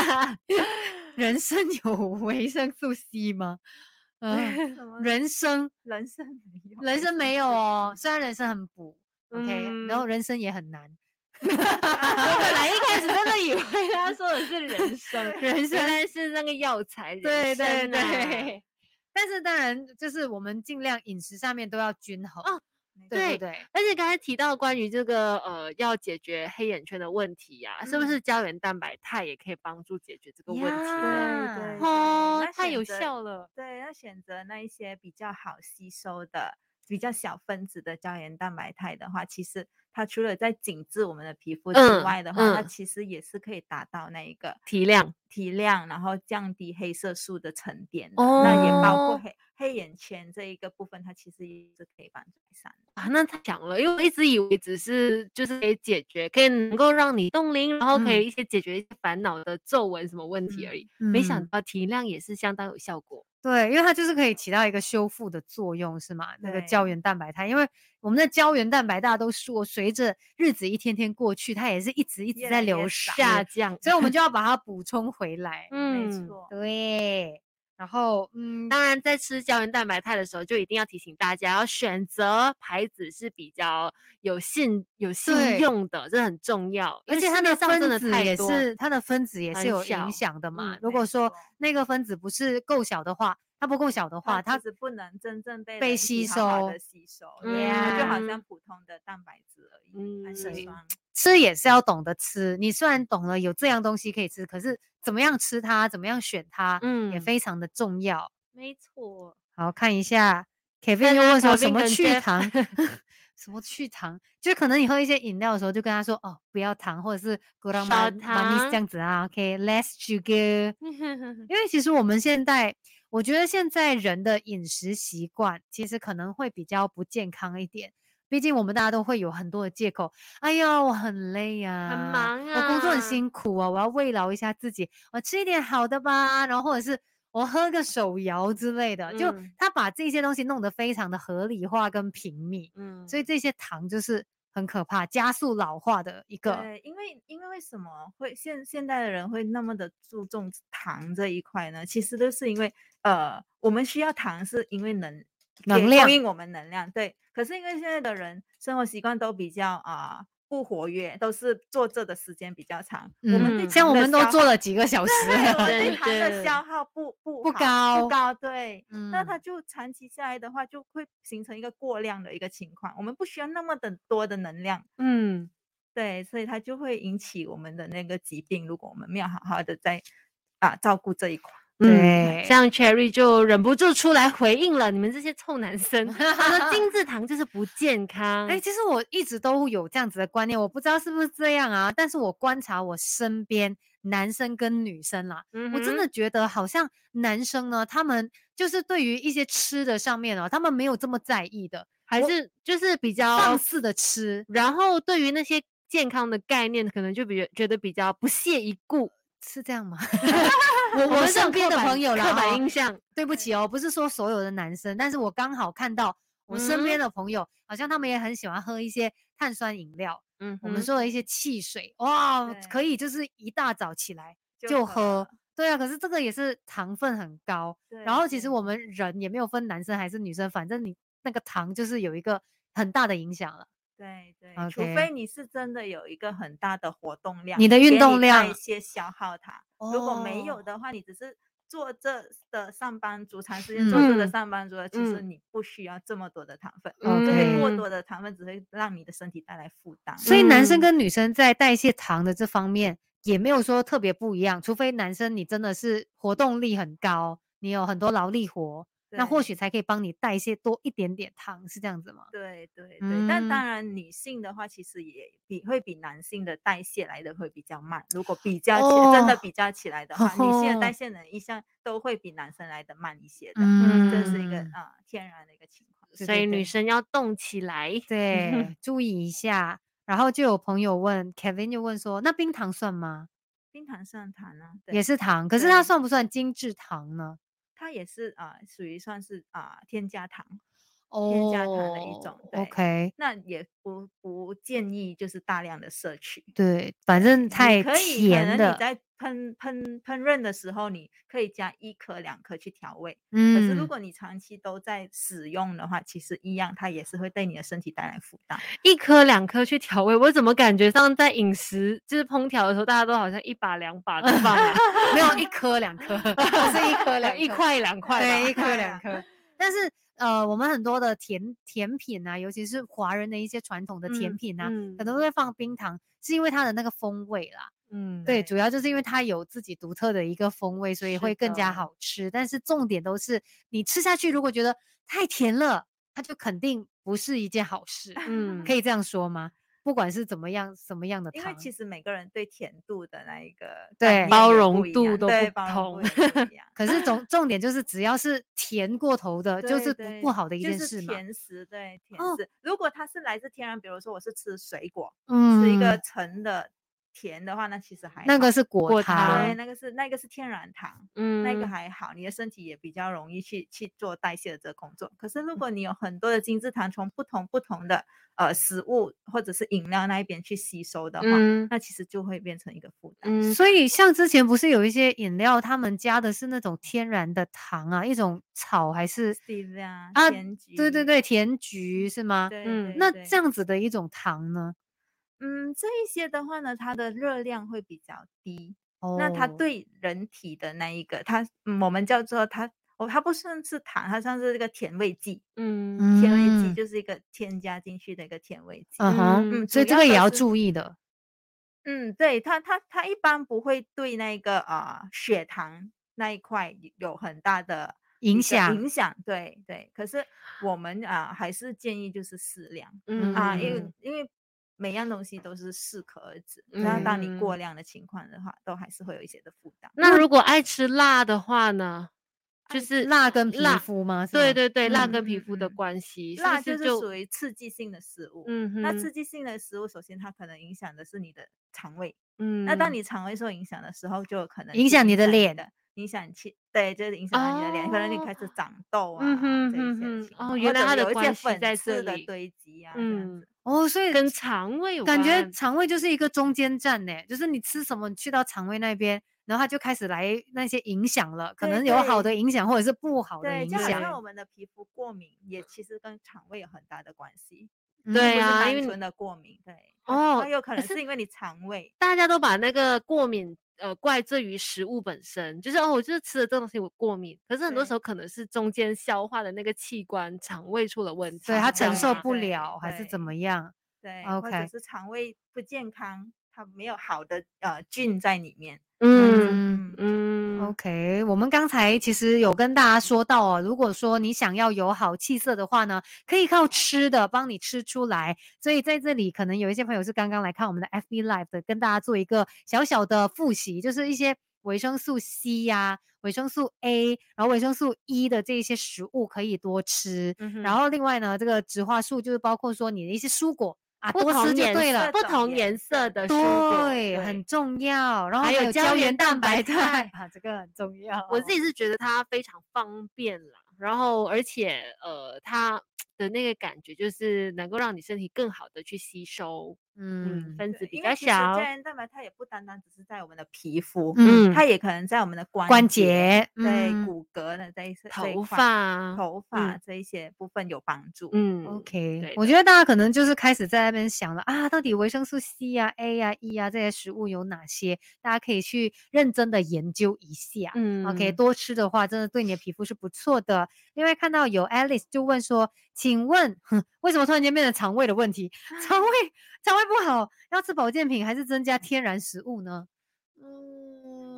[SPEAKER 1] 人生有维生素 C 吗？ 嗯、
[SPEAKER 3] 什么
[SPEAKER 1] 人生
[SPEAKER 3] 人生没有，
[SPEAKER 1] 人生 没有哦，虽然人生很补，OK，、然后
[SPEAKER 2] 嗯
[SPEAKER 1] 人生也很难，
[SPEAKER 2] 我本来一开始真的以为他说 的是人生，
[SPEAKER 1] 人
[SPEAKER 2] 原
[SPEAKER 1] 生
[SPEAKER 2] 来是那个药材人
[SPEAKER 1] 对对
[SPEAKER 2] 参啊
[SPEAKER 1] 对。 但是当然，就是我们尽量饮食上面都要均衡，
[SPEAKER 2] 哦
[SPEAKER 3] 没错，
[SPEAKER 1] 对
[SPEAKER 2] 对
[SPEAKER 1] 不对？
[SPEAKER 2] 而且刚才提到关于这个呃要解决黑眼圈的问题呀、是
[SPEAKER 1] 嗯
[SPEAKER 2] 不是胶原蛋白肽也可以帮助解决这个问题呢？
[SPEAKER 1] 呀
[SPEAKER 3] 对对对
[SPEAKER 2] 哦
[SPEAKER 3] 那，
[SPEAKER 2] 太
[SPEAKER 3] 选
[SPEAKER 2] 有
[SPEAKER 3] 择
[SPEAKER 2] 效了。
[SPEAKER 3] 对，要选择那一些比较好吸收的、比较小分子的胶原蛋白肽的话，其实它除了在紧致我们的皮肤之
[SPEAKER 2] 嗯
[SPEAKER 3] 外的话，它
[SPEAKER 2] 嗯
[SPEAKER 3] 其实也是可以达到那一个
[SPEAKER 2] 体谅
[SPEAKER 3] 提亮，然后降低黑色素的沉淀的。那也包括
[SPEAKER 2] 哦
[SPEAKER 3] 黑黑眼圈这一个部分，它其实也是可以帮助改善的。
[SPEAKER 2] 啊，那太强了，因为我一直以为只是就是可以解决，可以能够让你冻龄，然后可以一些解决一些烦恼的皱纹什么问题而已。没想
[SPEAKER 1] 嗯嗯
[SPEAKER 2] 到体谅也是相当有效果。
[SPEAKER 1] 对，因为它就是可以起到一个修复的作用，是吗？那个胶
[SPEAKER 3] 对
[SPEAKER 1] 原蛋白肽，因为我们的胶原蛋白大家都说，随着日子一天天过去，它也是一直一直
[SPEAKER 3] 越
[SPEAKER 1] 在
[SPEAKER 3] 来越
[SPEAKER 1] 流失
[SPEAKER 3] 少，
[SPEAKER 2] 下降，
[SPEAKER 1] 所以我们就要把它补充回来。
[SPEAKER 3] 没
[SPEAKER 2] 嗯，
[SPEAKER 3] 错，
[SPEAKER 1] 对，然后嗯，
[SPEAKER 2] 当然，在吃胶原蛋白肽的时候，就一定要提醒大家要选择牌子是比较有信有
[SPEAKER 1] 对
[SPEAKER 2] 信用的，这很重要。因
[SPEAKER 1] 而
[SPEAKER 2] 为
[SPEAKER 1] 且
[SPEAKER 2] 市
[SPEAKER 1] 它
[SPEAKER 2] 面
[SPEAKER 1] 的
[SPEAKER 2] 上真
[SPEAKER 1] 分
[SPEAKER 2] 的
[SPEAKER 1] 子
[SPEAKER 2] 太
[SPEAKER 1] 也
[SPEAKER 2] 多
[SPEAKER 1] 是它的分子也是
[SPEAKER 2] 很
[SPEAKER 1] 有
[SPEAKER 2] 小
[SPEAKER 1] 影响的嘛。
[SPEAKER 2] 嗯
[SPEAKER 1] 如
[SPEAKER 3] 没
[SPEAKER 1] 果说
[SPEAKER 3] 错
[SPEAKER 1] 那个分子不是够小的话，它不够小
[SPEAKER 2] 嗯
[SPEAKER 1] 的话，它
[SPEAKER 3] 其实不能真正被
[SPEAKER 1] 被
[SPEAKER 3] 人
[SPEAKER 1] 吸
[SPEAKER 3] 体好好地
[SPEAKER 1] 收
[SPEAKER 3] 吸收，对它就好像普通的蛋白质而已，氨
[SPEAKER 1] 嗯
[SPEAKER 3] 基酸。
[SPEAKER 1] 吃也是要懂得吃。你虽
[SPEAKER 2] 嗯
[SPEAKER 1] 然懂了有这样东西可以吃，可是怎么样吃它，怎么样选它，也
[SPEAKER 2] 嗯
[SPEAKER 1] 非常的重要。
[SPEAKER 2] 没错，
[SPEAKER 1] 好看一下，Kevin
[SPEAKER 2] 看
[SPEAKER 1] 又
[SPEAKER 2] 看
[SPEAKER 1] 问说什
[SPEAKER 2] Kelvin
[SPEAKER 1] 么
[SPEAKER 2] 跟
[SPEAKER 1] 去
[SPEAKER 2] Jeff
[SPEAKER 1] 糖， 什么去糖，就可能你喝一些饮料的时候，就跟他说哦，不要糖，或者是 g u r a m
[SPEAKER 2] 少
[SPEAKER 1] a n i s 这
[SPEAKER 2] 糖
[SPEAKER 1] 样子啊，OK，less、sugar。因为其实我们现在，我觉得现在人的饮食习惯其实可能会比较不健康一点。毕竟我们大家都会有很多的借口，哎呀，我很累呀、
[SPEAKER 2] 忙
[SPEAKER 1] 我工作很
[SPEAKER 2] 啊
[SPEAKER 1] 辛苦啊，我要慰劳一下自己，我吃一点好的吧，然后或者是我喝个手摇之类的，就
[SPEAKER 2] 嗯
[SPEAKER 1] 他把这些东西弄得非常的合理化跟平密，
[SPEAKER 2] 嗯，
[SPEAKER 1] 所以这些糖就是很可怕，加速老化的一个，
[SPEAKER 3] 对，因为因为为什么会现现代的人会那么的注重糖这一块呢？其实都是因为呃，我们需要糖是因为能
[SPEAKER 1] 能
[SPEAKER 3] 给
[SPEAKER 1] 量
[SPEAKER 3] 供应我们能量，对。可是因为现在的人生活习惯都比较啊、不活跃，都是坐着的时间比较长，我们对
[SPEAKER 1] 嗯，像
[SPEAKER 3] 糖
[SPEAKER 1] 我
[SPEAKER 3] 的
[SPEAKER 1] 们都
[SPEAKER 3] 消
[SPEAKER 1] 做
[SPEAKER 3] 耗
[SPEAKER 1] 了几个小时
[SPEAKER 3] 对，我
[SPEAKER 1] 了，
[SPEAKER 3] 们对
[SPEAKER 2] 真
[SPEAKER 3] 糖
[SPEAKER 2] 的
[SPEAKER 3] 的消耗不不
[SPEAKER 1] 不
[SPEAKER 3] 好
[SPEAKER 1] 高
[SPEAKER 3] 不高，对。那
[SPEAKER 1] 嗯
[SPEAKER 3] 它就长期下来的话，就会形成一个过量的一个情况。我们不需要那么的多的能量，
[SPEAKER 2] 嗯，
[SPEAKER 3] 对，所以它就会引起我们的那个疾病。如果我们没有好好的在啊照顾这一块，
[SPEAKER 1] 对
[SPEAKER 2] 嗯，像 Cherry 就忍不住出来回应了，你们这些臭男 生，他说精致糖就是不健康。
[SPEAKER 1] 哎、其实我一直都有这样子的观念，我不知道是不是这样啊。但是我观察我身边男生跟女生啦，
[SPEAKER 2] 嗯
[SPEAKER 1] 我真的觉得好像男生呢，他们就是对于一些吃的上面哦，他们没有这么在意的，
[SPEAKER 2] 还
[SPEAKER 1] 我
[SPEAKER 2] 是就是比较
[SPEAKER 1] 放肆的吃。
[SPEAKER 2] 然后对于那些健康的概念，可能就比觉得比较不屑一顾。
[SPEAKER 1] 是这样吗？
[SPEAKER 2] 我
[SPEAKER 1] 我身边的朋友啦
[SPEAKER 2] 刻板
[SPEAKER 1] 哈
[SPEAKER 2] 印象，
[SPEAKER 1] 对不起哦，不是说所有的男生，但是我刚好看到我身边的朋友，好像他们也很喜欢喝一些碳酸饮料，
[SPEAKER 2] 嗯
[SPEAKER 1] 我们
[SPEAKER 2] 哼
[SPEAKER 1] 说的一些汽水，哇，可
[SPEAKER 3] 对
[SPEAKER 1] 以就是一大早起来就喝。对啊，可是这个也是糖分很高，
[SPEAKER 3] 对。
[SPEAKER 1] 然后其实
[SPEAKER 3] 对
[SPEAKER 1] 我们人也没有分男生还是女生，反正你那个糖就是有一个很大的影响了。
[SPEAKER 3] 对对除
[SPEAKER 1] OK
[SPEAKER 3] 非你是真的有一个很大的活动量，
[SPEAKER 1] 你的运
[SPEAKER 3] 给
[SPEAKER 1] 动
[SPEAKER 3] 带
[SPEAKER 1] 量
[SPEAKER 3] 一些消耗它。如果没有
[SPEAKER 1] 哦，
[SPEAKER 3] 的话，你只是坐这的上班族，长时间坐这的
[SPEAKER 2] 嗯
[SPEAKER 3] 上班族，其实
[SPEAKER 2] 嗯
[SPEAKER 3] 你不需要这么多的糖分，
[SPEAKER 1] OK
[SPEAKER 3] 因为过
[SPEAKER 2] 嗯
[SPEAKER 3] 多的糖分只会让你的身体带来负担。
[SPEAKER 1] 所以男生
[SPEAKER 2] 嗯
[SPEAKER 1] 跟女生在代谢糖的这方面也没有说特别不一样，除非男生你真的是活动力很高，你有很多劳力活，那或
[SPEAKER 3] 对
[SPEAKER 1] 许才可以帮你代谢多一点点糖，是这样子吗？
[SPEAKER 3] 对对对，但当
[SPEAKER 1] 嗯
[SPEAKER 3] 然女性的话，其实也比会比男性的代谢来的会比较慢。如果比较起、真的
[SPEAKER 1] 哦
[SPEAKER 3] 比较起来的话，女性的代
[SPEAKER 1] 哦
[SPEAKER 3] 谢能力上都会比男生来的慢一些的，这是一个
[SPEAKER 1] 嗯，
[SPEAKER 3] 啊、天然的一个情况。
[SPEAKER 1] 对
[SPEAKER 2] 所
[SPEAKER 1] 对
[SPEAKER 2] 以女
[SPEAKER 1] 对
[SPEAKER 2] 生要动起来。
[SPEAKER 1] 对，注意一下。然后就有朋友问 Kevin，就问说，那冰糖算吗？
[SPEAKER 3] 冰糖算糖呢，对
[SPEAKER 1] 也是糖，可是它
[SPEAKER 3] 对
[SPEAKER 1] 算不算精致糖呢？
[SPEAKER 3] 它也是啊、属于算是啊、添加糖，
[SPEAKER 1] 哦
[SPEAKER 3] 添加糖的一种对
[SPEAKER 1] OK，
[SPEAKER 3] 那也不不建议就是大量的摄取。
[SPEAKER 1] 对，反正太
[SPEAKER 3] 你可以，可
[SPEAKER 1] 甜
[SPEAKER 3] 能你
[SPEAKER 1] 的，
[SPEAKER 3] 在烹烹烹饪的时候，你可以加一颗两颗去调味。可是如
[SPEAKER 1] 嗯，
[SPEAKER 3] 果你长期都在使用的话，其实一样，它也是会对你的身体带来负 担。
[SPEAKER 2] 一颗两颗去调味，我怎么感觉上在饮食就是烹调的时候，大家都好像一把两把的 放啊，
[SPEAKER 1] 没有 一颗两颗，不是一颗两
[SPEAKER 2] 一
[SPEAKER 1] 颗
[SPEAKER 2] 块两块吧，
[SPEAKER 1] 对，一颗
[SPEAKER 3] 块
[SPEAKER 1] 两
[SPEAKER 3] 啊
[SPEAKER 1] 颗。但是呃，我们很多的甜甜品啊，尤其是华人的一些传统的甜
[SPEAKER 2] 嗯
[SPEAKER 1] 品啊，
[SPEAKER 2] 嗯
[SPEAKER 1] 可能都会放冰糖，是因为它的那个风味啦。
[SPEAKER 2] 嗯，
[SPEAKER 1] 对，
[SPEAKER 3] 对
[SPEAKER 1] 主要就是因为它有自己独特的一个风味，所以
[SPEAKER 2] 是
[SPEAKER 1] 会更加
[SPEAKER 2] 的
[SPEAKER 1] 好吃。但是重点都是你吃下去，如果觉得太甜了，它就肯定不是一件好事。
[SPEAKER 2] 嗯，
[SPEAKER 1] 可以这样说吗？不管是怎么样，什么样的
[SPEAKER 3] 因为
[SPEAKER 1] 糖，
[SPEAKER 3] 其实每个人对甜度的那一个
[SPEAKER 1] 对。
[SPEAKER 3] 概念
[SPEAKER 2] 包
[SPEAKER 3] 也
[SPEAKER 2] 容
[SPEAKER 3] 不一
[SPEAKER 2] 度
[SPEAKER 3] 样
[SPEAKER 2] 都
[SPEAKER 3] 对
[SPEAKER 2] 不
[SPEAKER 3] 包
[SPEAKER 2] 同
[SPEAKER 3] 容度也不一样
[SPEAKER 1] 可是总重点就是只要是甜过头的，就
[SPEAKER 3] 对
[SPEAKER 1] 是不
[SPEAKER 3] 对
[SPEAKER 1] 不好的一件
[SPEAKER 3] 就
[SPEAKER 1] 事
[SPEAKER 3] 是
[SPEAKER 1] 嘛。
[SPEAKER 3] 甜食，对甜
[SPEAKER 1] 哦
[SPEAKER 3] 食。如果它是来自天然，比如说我是吃水果，
[SPEAKER 1] 嗯，
[SPEAKER 3] 是一个纯的甜的话，那其实还
[SPEAKER 1] 那
[SPEAKER 3] 好
[SPEAKER 1] 个是果
[SPEAKER 2] 果
[SPEAKER 1] 糖
[SPEAKER 3] 对，
[SPEAKER 2] 糖，
[SPEAKER 3] 那个是那个是天然糖，
[SPEAKER 2] 嗯，
[SPEAKER 3] 那个还好，你的身体也比较容易去去做代谢的这个工作。可是
[SPEAKER 1] 嗯
[SPEAKER 3] 如果你有很多的精制糖从不同不同的呃食物或者是饮料那一边去吸收的话，
[SPEAKER 2] 嗯
[SPEAKER 3] 那其实就会变成一个负担。
[SPEAKER 2] 嗯，
[SPEAKER 1] 所以像之前不是有一些饮料，他们加的是那种天然的糖啊，一种草还是
[SPEAKER 3] stevia 啊
[SPEAKER 1] 啊
[SPEAKER 3] 甜橘，
[SPEAKER 1] 对对对，甜菊是吗？
[SPEAKER 3] 对，
[SPEAKER 2] 嗯
[SPEAKER 3] 对
[SPEAKER 1] 那
[SPEAKER 3] 对
[SPEAKER 1] 这样子的一种糖呢？
[SPEAKER 3] 嗯，这一些的话呢，它的热量会比较低，
[SPEAKER 1] 哦，
[SPEAKER 3] 那它对人体的那一个，它、嗯、我们叫做它。哦，它不算是糖，它算是这个甜味剂，
[SPEAKER 2] 嗯
[SPEAKER 3] 甜味剂
[SPEAKER 1] 嗯
[SPEAKER 3] 就是一个添加进去的一个甜味剂。
[SPEAKER 1] 嗯哼，
[SPEAKER 3] 嗯，
[SPEAKER 1] 所以
[SPEAKER 3] 主
[SPEAKER 1] 这个
[SPEAKER 3] 的
[SPEAKER 1] 也要
[SPEAKER 3] 是
[SPEAKER 1] 注意的。
[SPEAKER 3] 嗯，对，它它它一般不会对那个啊、血糖那一块有有很大的
[SPEAKER 1] 影
[SPEAKER 3] 一个
[SPEAKER 1] 响
[SPEAKER 3] 影响，对对。可是我们啊、还是建议就是适量
[SPEAKER 2] 嗯
[SPEAKER 3] 啊、因
[SPEAKER 1] 嗯
[SPEAKER 3] 为因为每样东西都是适可而止，那、当你
[SPEAKER 2] 嗯
[SPEAKER 3] 过量的情况的话，都还是会有一些的负担。
[SPEAKER 2] 那如果爱吃辣的话呢，就
[SPEAKER 3] 爱
[SPEAKER 2] 是
[SPEAKER 1] 辣跟皮
[SPEAKER 2] 辣
[SPEAKER 1] 肤吗？是
[SPEAKER 2] 对
[SPEAKER 1] 吗，
[SPEAKER 2] 对对，辣跟
[SPEAKER 3] 嗯
[SPEAKER 2] 皮
[SPEAKER 3] 嗯
[SPEAKER 2] 肤的
[SPEAKER 3] 嗯
[SPEAKER 2] 关系，是不
[SPEAKER 3] 辣
[SPEAKER 2] 是
[SPEAKER 3] 就是
[SPEAKER 2] 就
[SPEAKER 3] 属于刺激性的食物，
[SPEAKER 2] 嗯哼，
[SPEAKER 3] 那刺激性的食物，首先它可能影响的是你的肠胃，
[SPEAKER 2] 嗯，
[SPEAKER 3] 那当你肠胃受影响的时候，就有可能
[SPEAKER 1] 影
[SPEAKER 3] 去
[SPEAKER 1] 响你的脸
[SPEAKER 3] 的，影响你去对，就是影响到你的脸，可能你
[SPEAKER 2] 哦
[SPEAKER 3] 开始长痘啊、
[SPEAKER 2] 嗯哼
[SPEAKER 3] 这一
[SPEAKER 2] 哼
[SPEAKER 3] 些的
[SPEAKER 2] 哼
[SPEAKER 3] 情
[SPEAKER 2] 哦
[SPEAKER 3] 况
[SPEAKER 2] 原
[SPEAKER 3] 或
[SPEAKER 2] 来
[SPEAKER 3] 者
[SPEAKER 2] 它的
[SPEAKER 3] 有一
[SPEAKER 2] 关
[SPEAKER 3] 些
[SPEAKER 2] 系
[SPEAKER 3] 粉
[SPEAKER 2] 在这
[SPEAKER 3] 刺的
[SPEAKER 2] 里
[SPEAKER 3] 堆积啊，
[SPEAKER 2] 嗯
[SPEAKER 3] 嗯，
[SPEAKER 1] 哦，所以
[SPEAKER 2] 跟肠胃有
[SPEAKER 1] 感觉
[SPEAKER 2] 关
[SPEAKER 1] 肠胃就是一个中间站呢，就是你吃什么你去到肠胃那边，然后它就开始来那些影响了，可
[SPEAKER 3] 对
[SPEAKER 1] 能有好的
[SPEAKER 3] 对
[SPEAKER 1] 影响或者是不好的
[SPEAKER 3] 对，
[SPEAKER 1] 影
[SPEAKER 3] 就好
[SPEAKER 1] 响。
[SPEAKER 3] 像我们的皮肤过敏也其实跟肠胃有很大的关系，
[SPEAKER 1] 嗯
[SPEAKER 2] 对
[SPEAKER 3] 不是
[SPEAKER 2] 啊因
[SPEAKER 3] 单
[SPEAKER 2] 为你
[SPEAKER 3] 纯的过敏，对，
[SPEAKER 2] 哦
[SPEAKER 3] 它有可
[SPEAKER 2] 可
[SPEAKER 3] 能
[SPEAKER 2] 是
[SPEAKER 3] 是因为你肠胃，
[SPEAKER 2] 大家都把那个过敏呃怪罪于食物本身，就是哦，我就是吃了这东西我过敏，可是很多时
[SPEAKER 3] 对
[SPEAKER 2] 候可能是中间消化的那个器官肠胃出了问题，啊
[SPEAKER 1] 对它
[SPEAKER 3] 肠
[SPEAKER 1] 承
[SPEAKER 3] 胃
[SPEAKER 1] 受
[SPEAKER 3] 嘛
[SPEAKER 1] 不
[SPEAKER 3] 对
[SPEAKER 1] 了还是怎
[SPEAKER 3] 对
[SPEAKER 1] 么样？
[SPEAKER 3] 对，或者
[SPEAKER 1] OK
[SPEAKER 3] 是肠胃不健康，它没有好的呃菌在里面，
[SPEAKER 2] 嗯
[SPEAKER 1] 嗯
[SPEAKER 2] 嗯
[SPEAKER 1] OK，我们刚才其实有跟大家说到哦，如果说你想要有好气色的话呢，可以靠吃的帮你吃出来。所以在这里，可能有一些朋友是刚刚来看我们的 FB Live 的，跟大家做一个小小的复习，就是一些维生素 C 呀、维生素 A，然后维生素 E 的这一些食物可以多吃。
[SPEAKER 2] 嗯哼，
[SPEAKER 1] 然后另外呢，这个植化素就是包括说你的一些蔬果啊，
[SPEAKER 2] 不
[SPEAKER 1] 多吃
[SPEAKER 2] 同
[SPEAKER 1] 就
[SPEAKER 2] 颜
[SPEAKER 1] 对了
[SPEAKER 2] 色。不
[SPEAKER 3] 各种
[SPEAKER 2] 同
[SPEAKER 3] 颜
[SPEAKER 2] 颜色
[SPEAKER 3] 色
[SPEAKER 2] 的蔬果
[SPEAKER 1] 对，很重要。然后
[SPEAKER 2] 还有胶
[SPEAKER 1] 胶
[SPEAKER 2] 原
[SPEAKER 1] 原
[SPEAKER 2] 蛋
[SPEAKER 1] 蛋
[SPEAKER 2] 白
[SPEAKER 1] 白
[SPEAKER 2] 肽
[SPEAKER 1] 肽啊，这个很重要。
[SPEAKER 2] 我
[SPEAKER 3] 哦
[SPEAKER 2] 自己是觉得它非常方便啦，然后而且呃，它的那个感觉就是能够让你身体更好的去吸收，嗯，
[SPEAKER 1] 嗯
[SPEAKER 2] 分子
[SPEAKER 3] 对，
[SPEAKER 2] 比
[SPEAKER 3] 因
[SPEAKER 2] 较
[SPEAKER 3] 为其实胶
[SPEAKER 2] 小，
[SPEAKER 3] 原蛋白它也不单单只是在我们的皮肤，
[SPEAKER 1] 嗯
[SPEAKER 3] 它也可能在我们的关
[SPEAKER 1] 关
[SPEAKER 3] 节、
[SPEAKER 1] 节
[SPEAKER 3] 对
[SPEAKER 1] 嗯
[SPEAKER 3] 骨骼的这一些、这一
[SPEAKER 2] 头
[SPEAKER 3] 块
[SPEAKER 2] 发，
[SPEAKER 3] 头发这一些部分有帮助。
[SPEAKER 2] 嗯
[SPEAKER 1] OK，
[SPEAKER 2] 对
[SPEAKER 1] 我
[SPEAKER 2] 的
[SPEAKER 1] 觉得大家可能就是开始在那边想了啊，到底维生素 C 呀、A 呀、E 呀、这些食物有哪些？大家可以去认真的研究一下。
[SPEAKER 2] 嗯
[SPEAKER 1] OK，多吃的话，真的对你的皮肤是不错的。另外看到有 Alice 就问说，请问哼为什么突然间变成肠胃的问题？ 肠胃肠胃不好，要吃保健品还是增加天然食物呢？
[SPEAKER 2] 嗯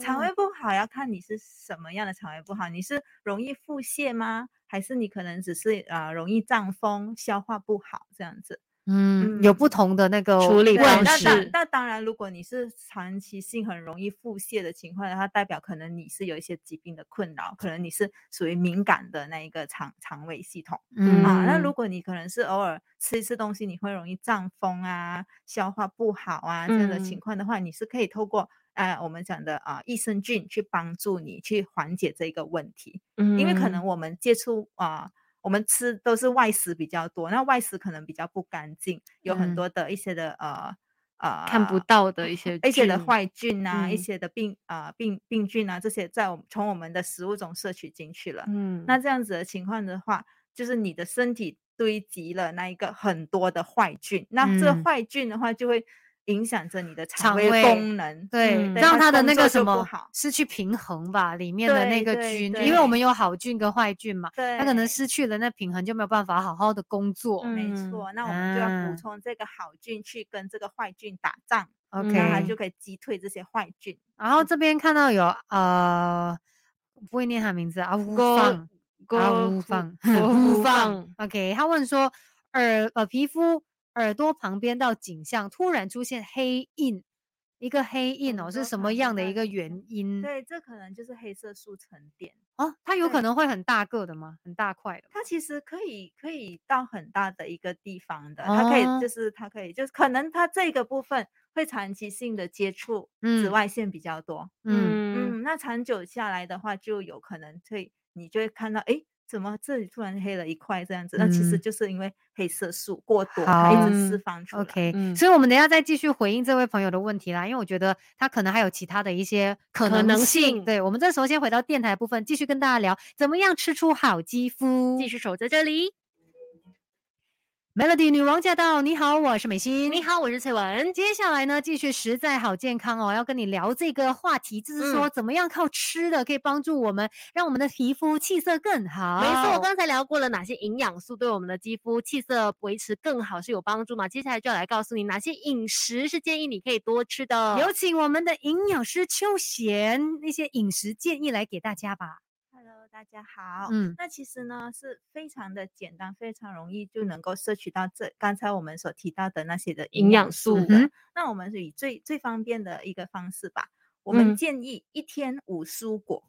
[SPEAKER 3] 肠胃不好要看你是什么样的肠胃不好，你是容易腹泻吗？还是你可能只是啊、呃容易胀风、消化不好这样子？
[SPEAKER 1] 嗯，有不
[SPEAKER 3] 嗯
[SPEAKER 1] 同的那个
[SPEAKER 2] 处理
[SPEAKER 3] 对，
[SPEAKER 2] 方
[SPEAKER 1] 问
[SPEAKER 3] 那
[SPEAKER 2] 式
[SPEAKER 3] 当那当然，如果你是长期性很容易腹泻的情况，它代表可能你是有一些疾病的困扰，可能你是属于敏感的那一个肠肠胃系统啊。那
[SPEAKER 2] 嗯
[SPEAKER 3] 如果你可能是偶尔吃一次东西，你会容易胀风啊、消化不好啊这样的情
[SPEAKER 2] 嗯
[SPEAKER 3] 况的话，你是可以透过呃我们讲的啊、益生菌去帮助你去缓解这个问题。因
[SPEAKER 2] 嗯
[SPEAKER 3] 为可能我们接触啊、我们吃都是外食比较多，那外食可能比较不干净，有
[SPEAKER 1] 嗯
[SPEAKER 3] 很多的一些的呃呃
[SPEAKER 2] 嗯看不到的一些
[SPEAKER 3] 一些的
[SPEAKER 2] 菌
[SPEAKER 3] 坏菌啊，一
[SPEAKER 2] 嗯
[SPEAKER 3] 些的病啊、病病菌啊，这些在我们从我们的食物中摄取进去了。
[SPEAKER 2] 嗯
[SPEAKER 3] 那这样子的情况的话，就是你的身体堆积了那一个很多的坏菌，那这
[SPEAKER 1] 嗯
[SPEAKER 3] 坏菌的话就会影响着你的
[SPEAKER 1] 肠
[SPEAKER 3] 肠胃
[SPEAKER 1] 胃
[SPEAKER 3] 功能。
[SPEAKER 1] 对，
[SPEAKER 2] 嗯
[SPEAKER 1] 让它
[SPEAKER 3] 它
[SPEAKER 1] 的
[SPEAKER 3] 工
[SPEAKER 1] 那
[SPEAKER 3] 作
[SPEAKER 1] 个什
[SPEAKER 3] 就不
[SPEAKER 1] 么
[SPEAKER 3] 好
[SPEAKER 1] 失去平衡吧，里面的那
[SPEAKER 3] 对
[SPEAKER 1] 个
[SPEAKER 3] 对
[SPEAKER 1] 菌，因为我们
[SPEAKER 3] 对
[SPEAKER 1] 有好菌跟坏菌嘛，
[SPEAKER 3] 对，
[SPEAKER 1] 它可能失去了那平衡，就没有办法好好的工作。
[SPEAKER 2] 嗯
[SPEAKER 3] 没错，那我们就要
[SPEAKER 1] 啊
[SPEAKER 3] 补充这个好菌去跟这个坏菌打仗，
[SPEAKER 1] OK，、
[SPEAKER 3] 那它
[SPEAKER 2] 嗯
[SPEAKER 3] 就可以击退这些坏菌。
[SPEAKER 1] 然后这边看到有呃，我不会念他名字啊，乌
[SPEAKER 2] 勾
[SPEAKER 1] 放啊乌放
[SPEAKER 2] 乌
[SPEAKER 1] 乌
[SPEAKER 2] 放，
[SPEAKER 1] ，OK，他问说耳呃皮肤耳朵旁边到颈项突然出现黑印，一个黑印
[SPEAKER 3] 耳
[SPEAKER 1] 哦，是
[SPEAKER 3] 朵
[SPEAKER 1] 什
[SPEAKER 3] 旁
[SPEAKER 1] 么
[SPEAKER 3] 边
[SPEAKER 1] 样的
[SPEAKER 3] 到
[SPEAKER 1] 一个
[SPEAKER 3] 颈项
[SPEAKER 1] 原因？
[SPEAKER 3] 对，这可能就是黑色素沉淀，
[SPEAKER 1] 哦，它有可
[SPEAKER 3] 对
[SPEAKER 1] 能会很大个的吗？很大块的吗？
[SPEAKER 3] 它其实可以可以到很大的一个地方的，它可以
[SPEAKER 1] 哦
[SPEAKER 3] 就是它可以就是可能它这个部分会长期性的接触紫
[SPEAKER 1] 嗯
[SPEAKER 3] 外线比较多，
[SPEAKER 1] 嗯
[SPEAKER 2] 嗯
[SPEAKER 3] 嗯，那长久下来的话，就有可能会你就会看到，诶，怎么这里突然黑了一块这样子？那其实
[SPEAKER 1] 嗯
[SPEAKER 3] 就是因为黑色素过多，它一直释
[SPEAKER 2] 好
[SPEAKER 3] 放出来。
[SPEAKER 1] OK，、
[SPEAKER 2] 嗯
[SPEAKER 1] 所以我们等一下再继续回应这位朋友的问题啦，因为我觉得他可能还有其他的一些可
[SPEAKER 2] 可能
[SPEAKER 1] 性。
[SPEAKER 2] 性
[SPEAKER 1] 对，我们这时候先回到电台部分，继续跟大家聊怎么样吃出好肌肤。
[SPEAKER 2] 继续守在这里。
[SPEAKER 1] Melody 女王驾到！你好，我是美心。
[SPEAKER 2] 你。好，我是翠文。
[SPEAKER 1] 接下来呢，继续实在好健康哦，要跟你聊这个话题，就是
[SPEAKER 2] 嗯
[SPEAKER 1] 说怎么样靠吃的可以帮助我们，让我们的皮肤气色更好。
[SPEAKER 2] 没错，我刚才聊过了哪些营养素对我们的肌肤气色维持更好是有帮助嘛？接下来就要来告诉你哪些饮食是建议你可以多吃的。哦
[SPEAKER 1] 有请我们的营养师秋贤一些饮食建议来给大家吧。
[SPEAKER 3] Hello，大家好。
[SPEAKER 1] 嗯
[SPEAKER 3] 那其实呢是非常的简单，非常容易就能够摄取到这刚才我们所提到的那些的
[SPEAKER 2] 营养
[SPEAKER 3] 素
[SPEAKER 2] 素
[SPEAKER 3] 的。
[SPEAKER 1] 嗯哼
[SPEAKER 3] 那我们是以最最方便的一个方式吧，我
[SPEAKER 2] 嗯
[SPEAKER 3] 们建议一天五蔬果。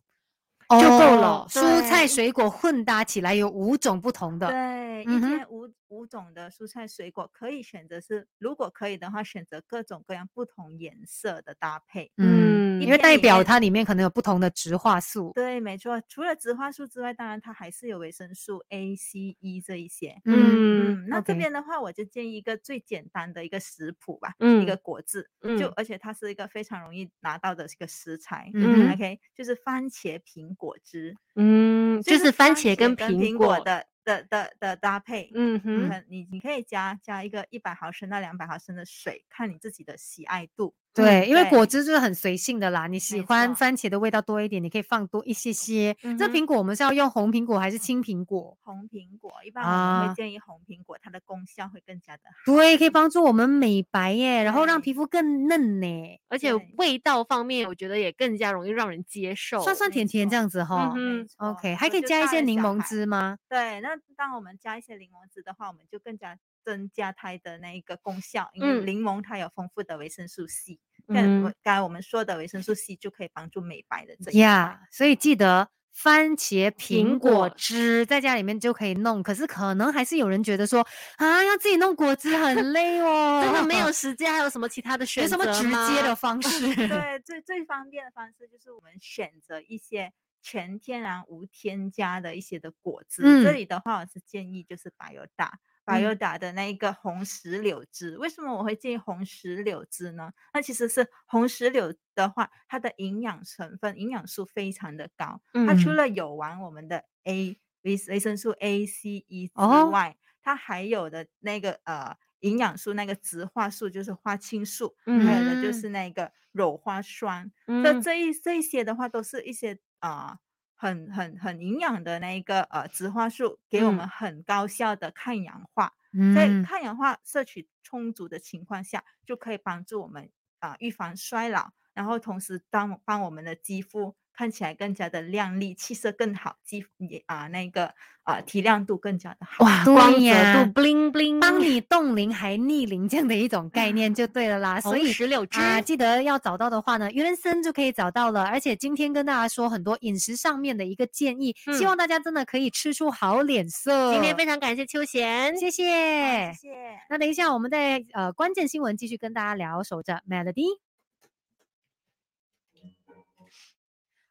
[SPEAKER 2] 就够了
[SPEAKER 1] 哦蔬菜
[SPEAKER 3] 对
[SPEAKER 1] 水果混搭起来有五种不同的。
[SPEAKER 3] 对，一
[SPEAKER 1] 嗯哼
[SPEAKER 3] 天五五种的蔬菜水果可以选择是，如果可以的话，选择各种各样不同颜色的搭配。
[SPEAKER 1] 嗯，
[SPEAKER 2] 嗯
[SPEAKER 1] 因
[SPEAKER 3] 一
[SPEAKER 1] 为
[SPEAKER 3] 天
[SPEAKER 1] 代
[SPEAKER 3] 里
[SPEAKER 1] 表
[SPEAKER 3] 面
[SPEAKER 1] 它里面可能有不同的植化素。
[SPEAKER 3] 对，没错。除了植花素之外，当然它还是有维生素 A、C、E 这一些。
[SPEAKER 1] 嗯
[SPEAKER 2] 嗯
[SPEAKER 3] 嗯，那这
[SPEAKER 1] OK
[SPEAKER 3] 边的话，我就建议一个最简单的一个食谱吧，一个
[SPEAKER 2] 嗯
[SPEAKER 3] 果汁，
[SPEAKER 2] 嗯，
[SPEAKER 3] 就而且它是一个非常容易拿到的一个食材。
[SPEAKER 1] 嗯哼
[SPEAKER 3] OK，就是番茄苹果汁，
[SPEAKER 2] 嗯就是番
[SPEAKER 3] 番
[SPEAKER 2] 茄
[SPEAKER 3] 茄
[SPEAKER 2] 跟
[SPEAKER 3] 跟
[SPEAKER 2] 苹
[SPEAKER 3] 果的的的的搭配。
[SPEAKER 2] 嗯
[SPEAKER 3] 你
[SPEAKER 2] 哼，
[SPEAKER 3] 可你你可以加加一个一百毫升到两百毫升的水，看你自己的喜爱度。
[SPEAKER 1] 对，因为果
[SPEAKER 3] 对
[SPEAKER 1] 汁就是很随性的啦，你喜
[SPEAKER 3] 没
[SPEAKER 1] 欢
[SPEAKER 3] 错
[SPEAKER 1] 番茄的味道多一点，你可以放多一些些。这
[SPEAKER 3] 嗯哼
[SPEAKER 1] 苹果我们是要用红苹果还是青苹果？
[SPEAKER 3] 红苹果一般我们
[SPEAKER 1] 啊
[SPEAKER 3] 会建议红苹果，它的功效会更加的好。
[SPEAKER 1] 对，可以帮助我们美白耶，然后让
[SPEAKER 3] 对
[SPEAKER 1] 皮肤更嫩呢，
[SPEAKER 2] 而且
[SPEAKER 3] 对
[SPEAKER 2] 味道方面，我觉得也更加容易让人接受。
[SPEAKER 1] 酸酸
[SPEAKER 3] 没
[SPEAKER 1] 甜甜这
[SPEAKER 3] 错
[SPEAKER 1] 样子哈
[SPEAKER 2] 嗯。
[SPEAKER 3] 没
[SPEAKER 2] 哼
[SPEAKER 3] 错
[SPEAKER 1] OK，
[SPEAKER 3] 没
[SPEAKER 1] 还
[SPEAKER 3] 错
[SPEAKER 1] 可以
[SPEAKER 3] 就
[SPEAKER 1] 加一
[SPEAKER 3] 大
[SPEAKER 1] 些
[SPEAKER 3] 人
[SPEAKER 1] 柠
[SPEAKER 3] 小
[SPEAKER 1] 檬
[SPEAKER 3] 孩
[SPEAKER 1] 汁吗？
[SPEAKER 3] 对，那当我们加一些柠檬汁的话，我们就更加增加它的那一个功效，因为
[SPEAKER 2] 嗯
[SPEAKER 3] 柠檬它有丰富的维生素 C，跟我
[SPEAKER 2] 嗯
[SPEAKER 3] 刚才我们说的维生素 C 就可以帮助美白的这一块。
[SPEAKER 1] 呀所以记得番茄苹
[SPEAKER 2] 苹
[SPEAKER 1] 果
[SPEAKER 2] 果
[SPEAKER 1] 汁在家里面就可以弄，可是可能还是有人觉得说啊，要自己弄果汁 很累哦，
[SPEAKER 2] 真的没有时间，还有什么其他的选
[SPEAKER 1] 有什
[SPEAKER 2] 择
[SPEAKER 1] 么
[SPEAKER 2] 吗？
[SPEAKER 1] 直接的方 式。
[SPEAKER 3] 对，最最方便的方式就是我们选择一些全天然无添加的一些的果汁。这
[SPEAKER 1] 嗯
[SPEAKER 3] 里的话，我是建议就是百优达。
[SPEAKER 1] 嗯
[SPEAKER 3] 百优达的那一个红石榴汁，为什么我会建议红石榴汁呢？那其实是红石榴的话，它的营养成分、营养素非常的高。它除
[SPEAKER 1] 嗯
[SPEAKER 3] 了有完我们的 A 维维生素 A、C、E 之
[SPEAKER 1] 哦
[SPEAKER 3] 外，它还有的那个呃营养素那个植化素就是花青素，还有的就
[SPEAKER 1] 嗯
[SPEAKER 3] 是那个鞣花酸。
[SPEAKER 2] 嗯
[SPEAKER 3] 那、这一这一些的话，都是一些啊、呃很很很营养的那一个呃植化素，给我们
[SPEAKER 2] 嗯
[SPEAKER 3] 很高效的抗氧化。在
[SPEAKER 1] 嗯
[SPEAKER 3] 抗呃氧化摄取充足的情况下，就可以帮助我们啊、预防衰老，然后同时当帮我们的肌肤看起来更加的亮丽，气色更好，肌肤也啊那个啊提亮度更加的好。
[SPEAKER 2] 哇，
[SPEAKER 1] 对
[SPEAKER 2] 光泽
[SPEAKER 1] 呀
[SPEAKER 2] 度 bling bling，
[SPEAKER 1] 帮你冻龄还逆龄这样的一
[SPEAKER 2] 啊
[SPEAKER 1] 种概念就对了啦。所
[SPEAKER 2] 红
[SPEAKER 1] 以
[SPEAKER 2] 石榴汁。
[SPEAKER 1] 啊，记得要找到的话呢，约人森就可以找到了。而且今天跟大家说很多饮食上面的一个建议，希
[SPEAKER 2] 嗯
[SPEAKER 1] 望大家真的可以吃出好脸色。
[SPEAKER 2] 今天非常感谢秋贤，
[SPEAKER 1] 谢谢
[SPEAKER 3] 好谢。谢。
[SPEAKER 1] 那等一下我们在呃关键新闻继续跟大家聊，守着 Melody。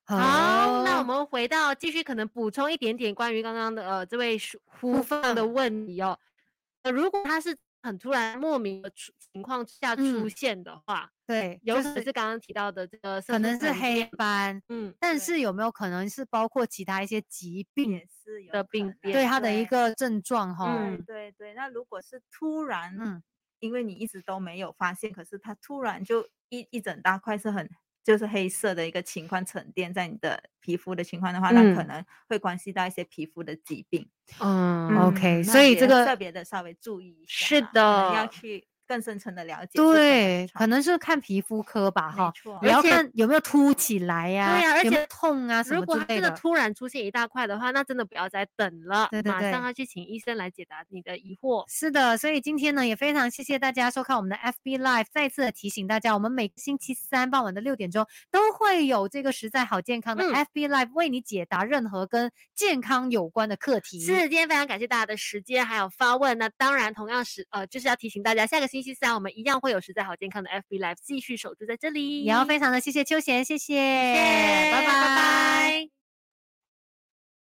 [SPEAKER 1] 好
[SPEAKER 2] 好，那我们回到继续，可能补充一点点关于刚刚的呃这位叔呼
[SPEAKER 1] 嗯
[SPEAKER 2] 放的
[SPEAKER 1] 放
[SPEAKER 2] 问题哦。呃，如果他是很突然莫名的出情况之下出
[SPEAKER 1] 嗯
[SPEAKER 2] 现的话，
[SPEAKER 1] 对，
[SPEAKER 2] 有
[SPEAKER 1] 就
[SPEAKER 2] 可能
[SPEAKER 1] 是
[SPEAKER 2] 是刚刚提到的这个
[SPEAKER 1] 可
[SPEAKER 2] 身
[SPEAKER 1] 能
[SPEAKER 2] 份
[SPEAKER 1] 是
[SPEAKER 2] 层
[SPEAKER 1] 黑
[SPEAKER 2] 面，
[SPEAKER 1] 斑，
[SPEAKER 2] 嗯，
[SPEAKER 1] 但
[SPEAKER 3] 对
[SPEAKER 1] 是有没有可能是包括其他一些疾病
[SPEAKER 3] 也是有
[SPEAKER 2] 的
[SPEAKER 3] 可
[SPEAKER 2] 病
[SPEAKER 3] 能
[SPEAKER 2] 变
[SPEAKER 1] 对他的一
[SPEAKER 3] 对
[SPEAKER 1] 个症状哈？
[SPEAKER 3] 对
[SPEAKER 2] 嗯
[SPEAKER 3] 对对，那如果是突然，
[SPEAKER 1] 嗯
[SPEAKER 3] 因为你一直都没有发现，可是它突然就一一整大块是很就是黑色的一个情况沉淀在你的皮肤的情况的话，那可
[SPEAKER 2] 嗯
[SPEAKER 3] 能会关系到一些皮肤的疾病。
[SPEAKER 2] 嗯
[SPEAKER 1] OK，
[SPEAKER 3] 嗯
[SPEAKER 1] 所
[SPEAKER 3] 那
[SPEAKER 1] 以
[SPEAKER 3] 也
[SPEAKER 1] 这
[SPEAKER 3] 要
[SPEAKER 1] 个
[SPEAKER 3] 特别的稍微注意一下
[SPEAKER 2] 是
[SPEAKER 3] 啦，可能要
[SPEAKER 2] 的
[SPEAKER 3] 去更深层的了解不同的
[SPEAKER 1] 对，可
[SPEAKER 3] 状
[SPEAKER 1] 能是看皮肤科吧
[SPEAKER 3] 况，没
[SPEAKER 1] 哈，
[SPEAKER 3] 错，
[SPEAKER 1] 也要
[SPEAKER 2] 而且
[SPEAKER 1] 看有没有凸起来呀、
[SPEAKER 2] 对呀而
[SPEAKER 1] 有没有
[SPEAKER 2] 且
[SPEAKER 1] 痛啊什
[SPEAKER 2] 如
[SPEAKER 1] 么
[SPEAKER 2] 果
[SPEAKER 1] 之
[SPEAKER 2] 他
[SPEAKER 1] 类
[SPEAKER 2] 真的
[SPEAKER 1] 的。
[SPEAKER 2] 突然出现一大块的话，那真的不要再等了，
[SPEAKER 1] 对对
[SPEAKER 2] 马上
[SPEAKER 1] 对
[SPEAKER 2] 要去请医生来解答你的疑惑。
[SPEAKER 1] 是的，所以今天呢，也非常谢谢大家收看我们的 FB Live。再次地提醒大家，我们每个星期三傍晚的六点钟都会有这个实在好健康的
[SPEAKER 2] 嗯
[SPEAKER 1] FB Live 为你解答任何跟健康有关的课题。
[SPEAKER 2] 是，今天非常感谢大家的时间还有发问。那当然，同样是呃，就是要提醒大家，下个星期三我们一样会有实在好健康的 FB Live 继续守住在这里。
[SPEAKER 1] 也要非常的谢谢秋贤，谢谢，
[SPEAKER 2] 谢谢，
[SPEAKER 1] 拜
[SPEAKER 2] 拜拜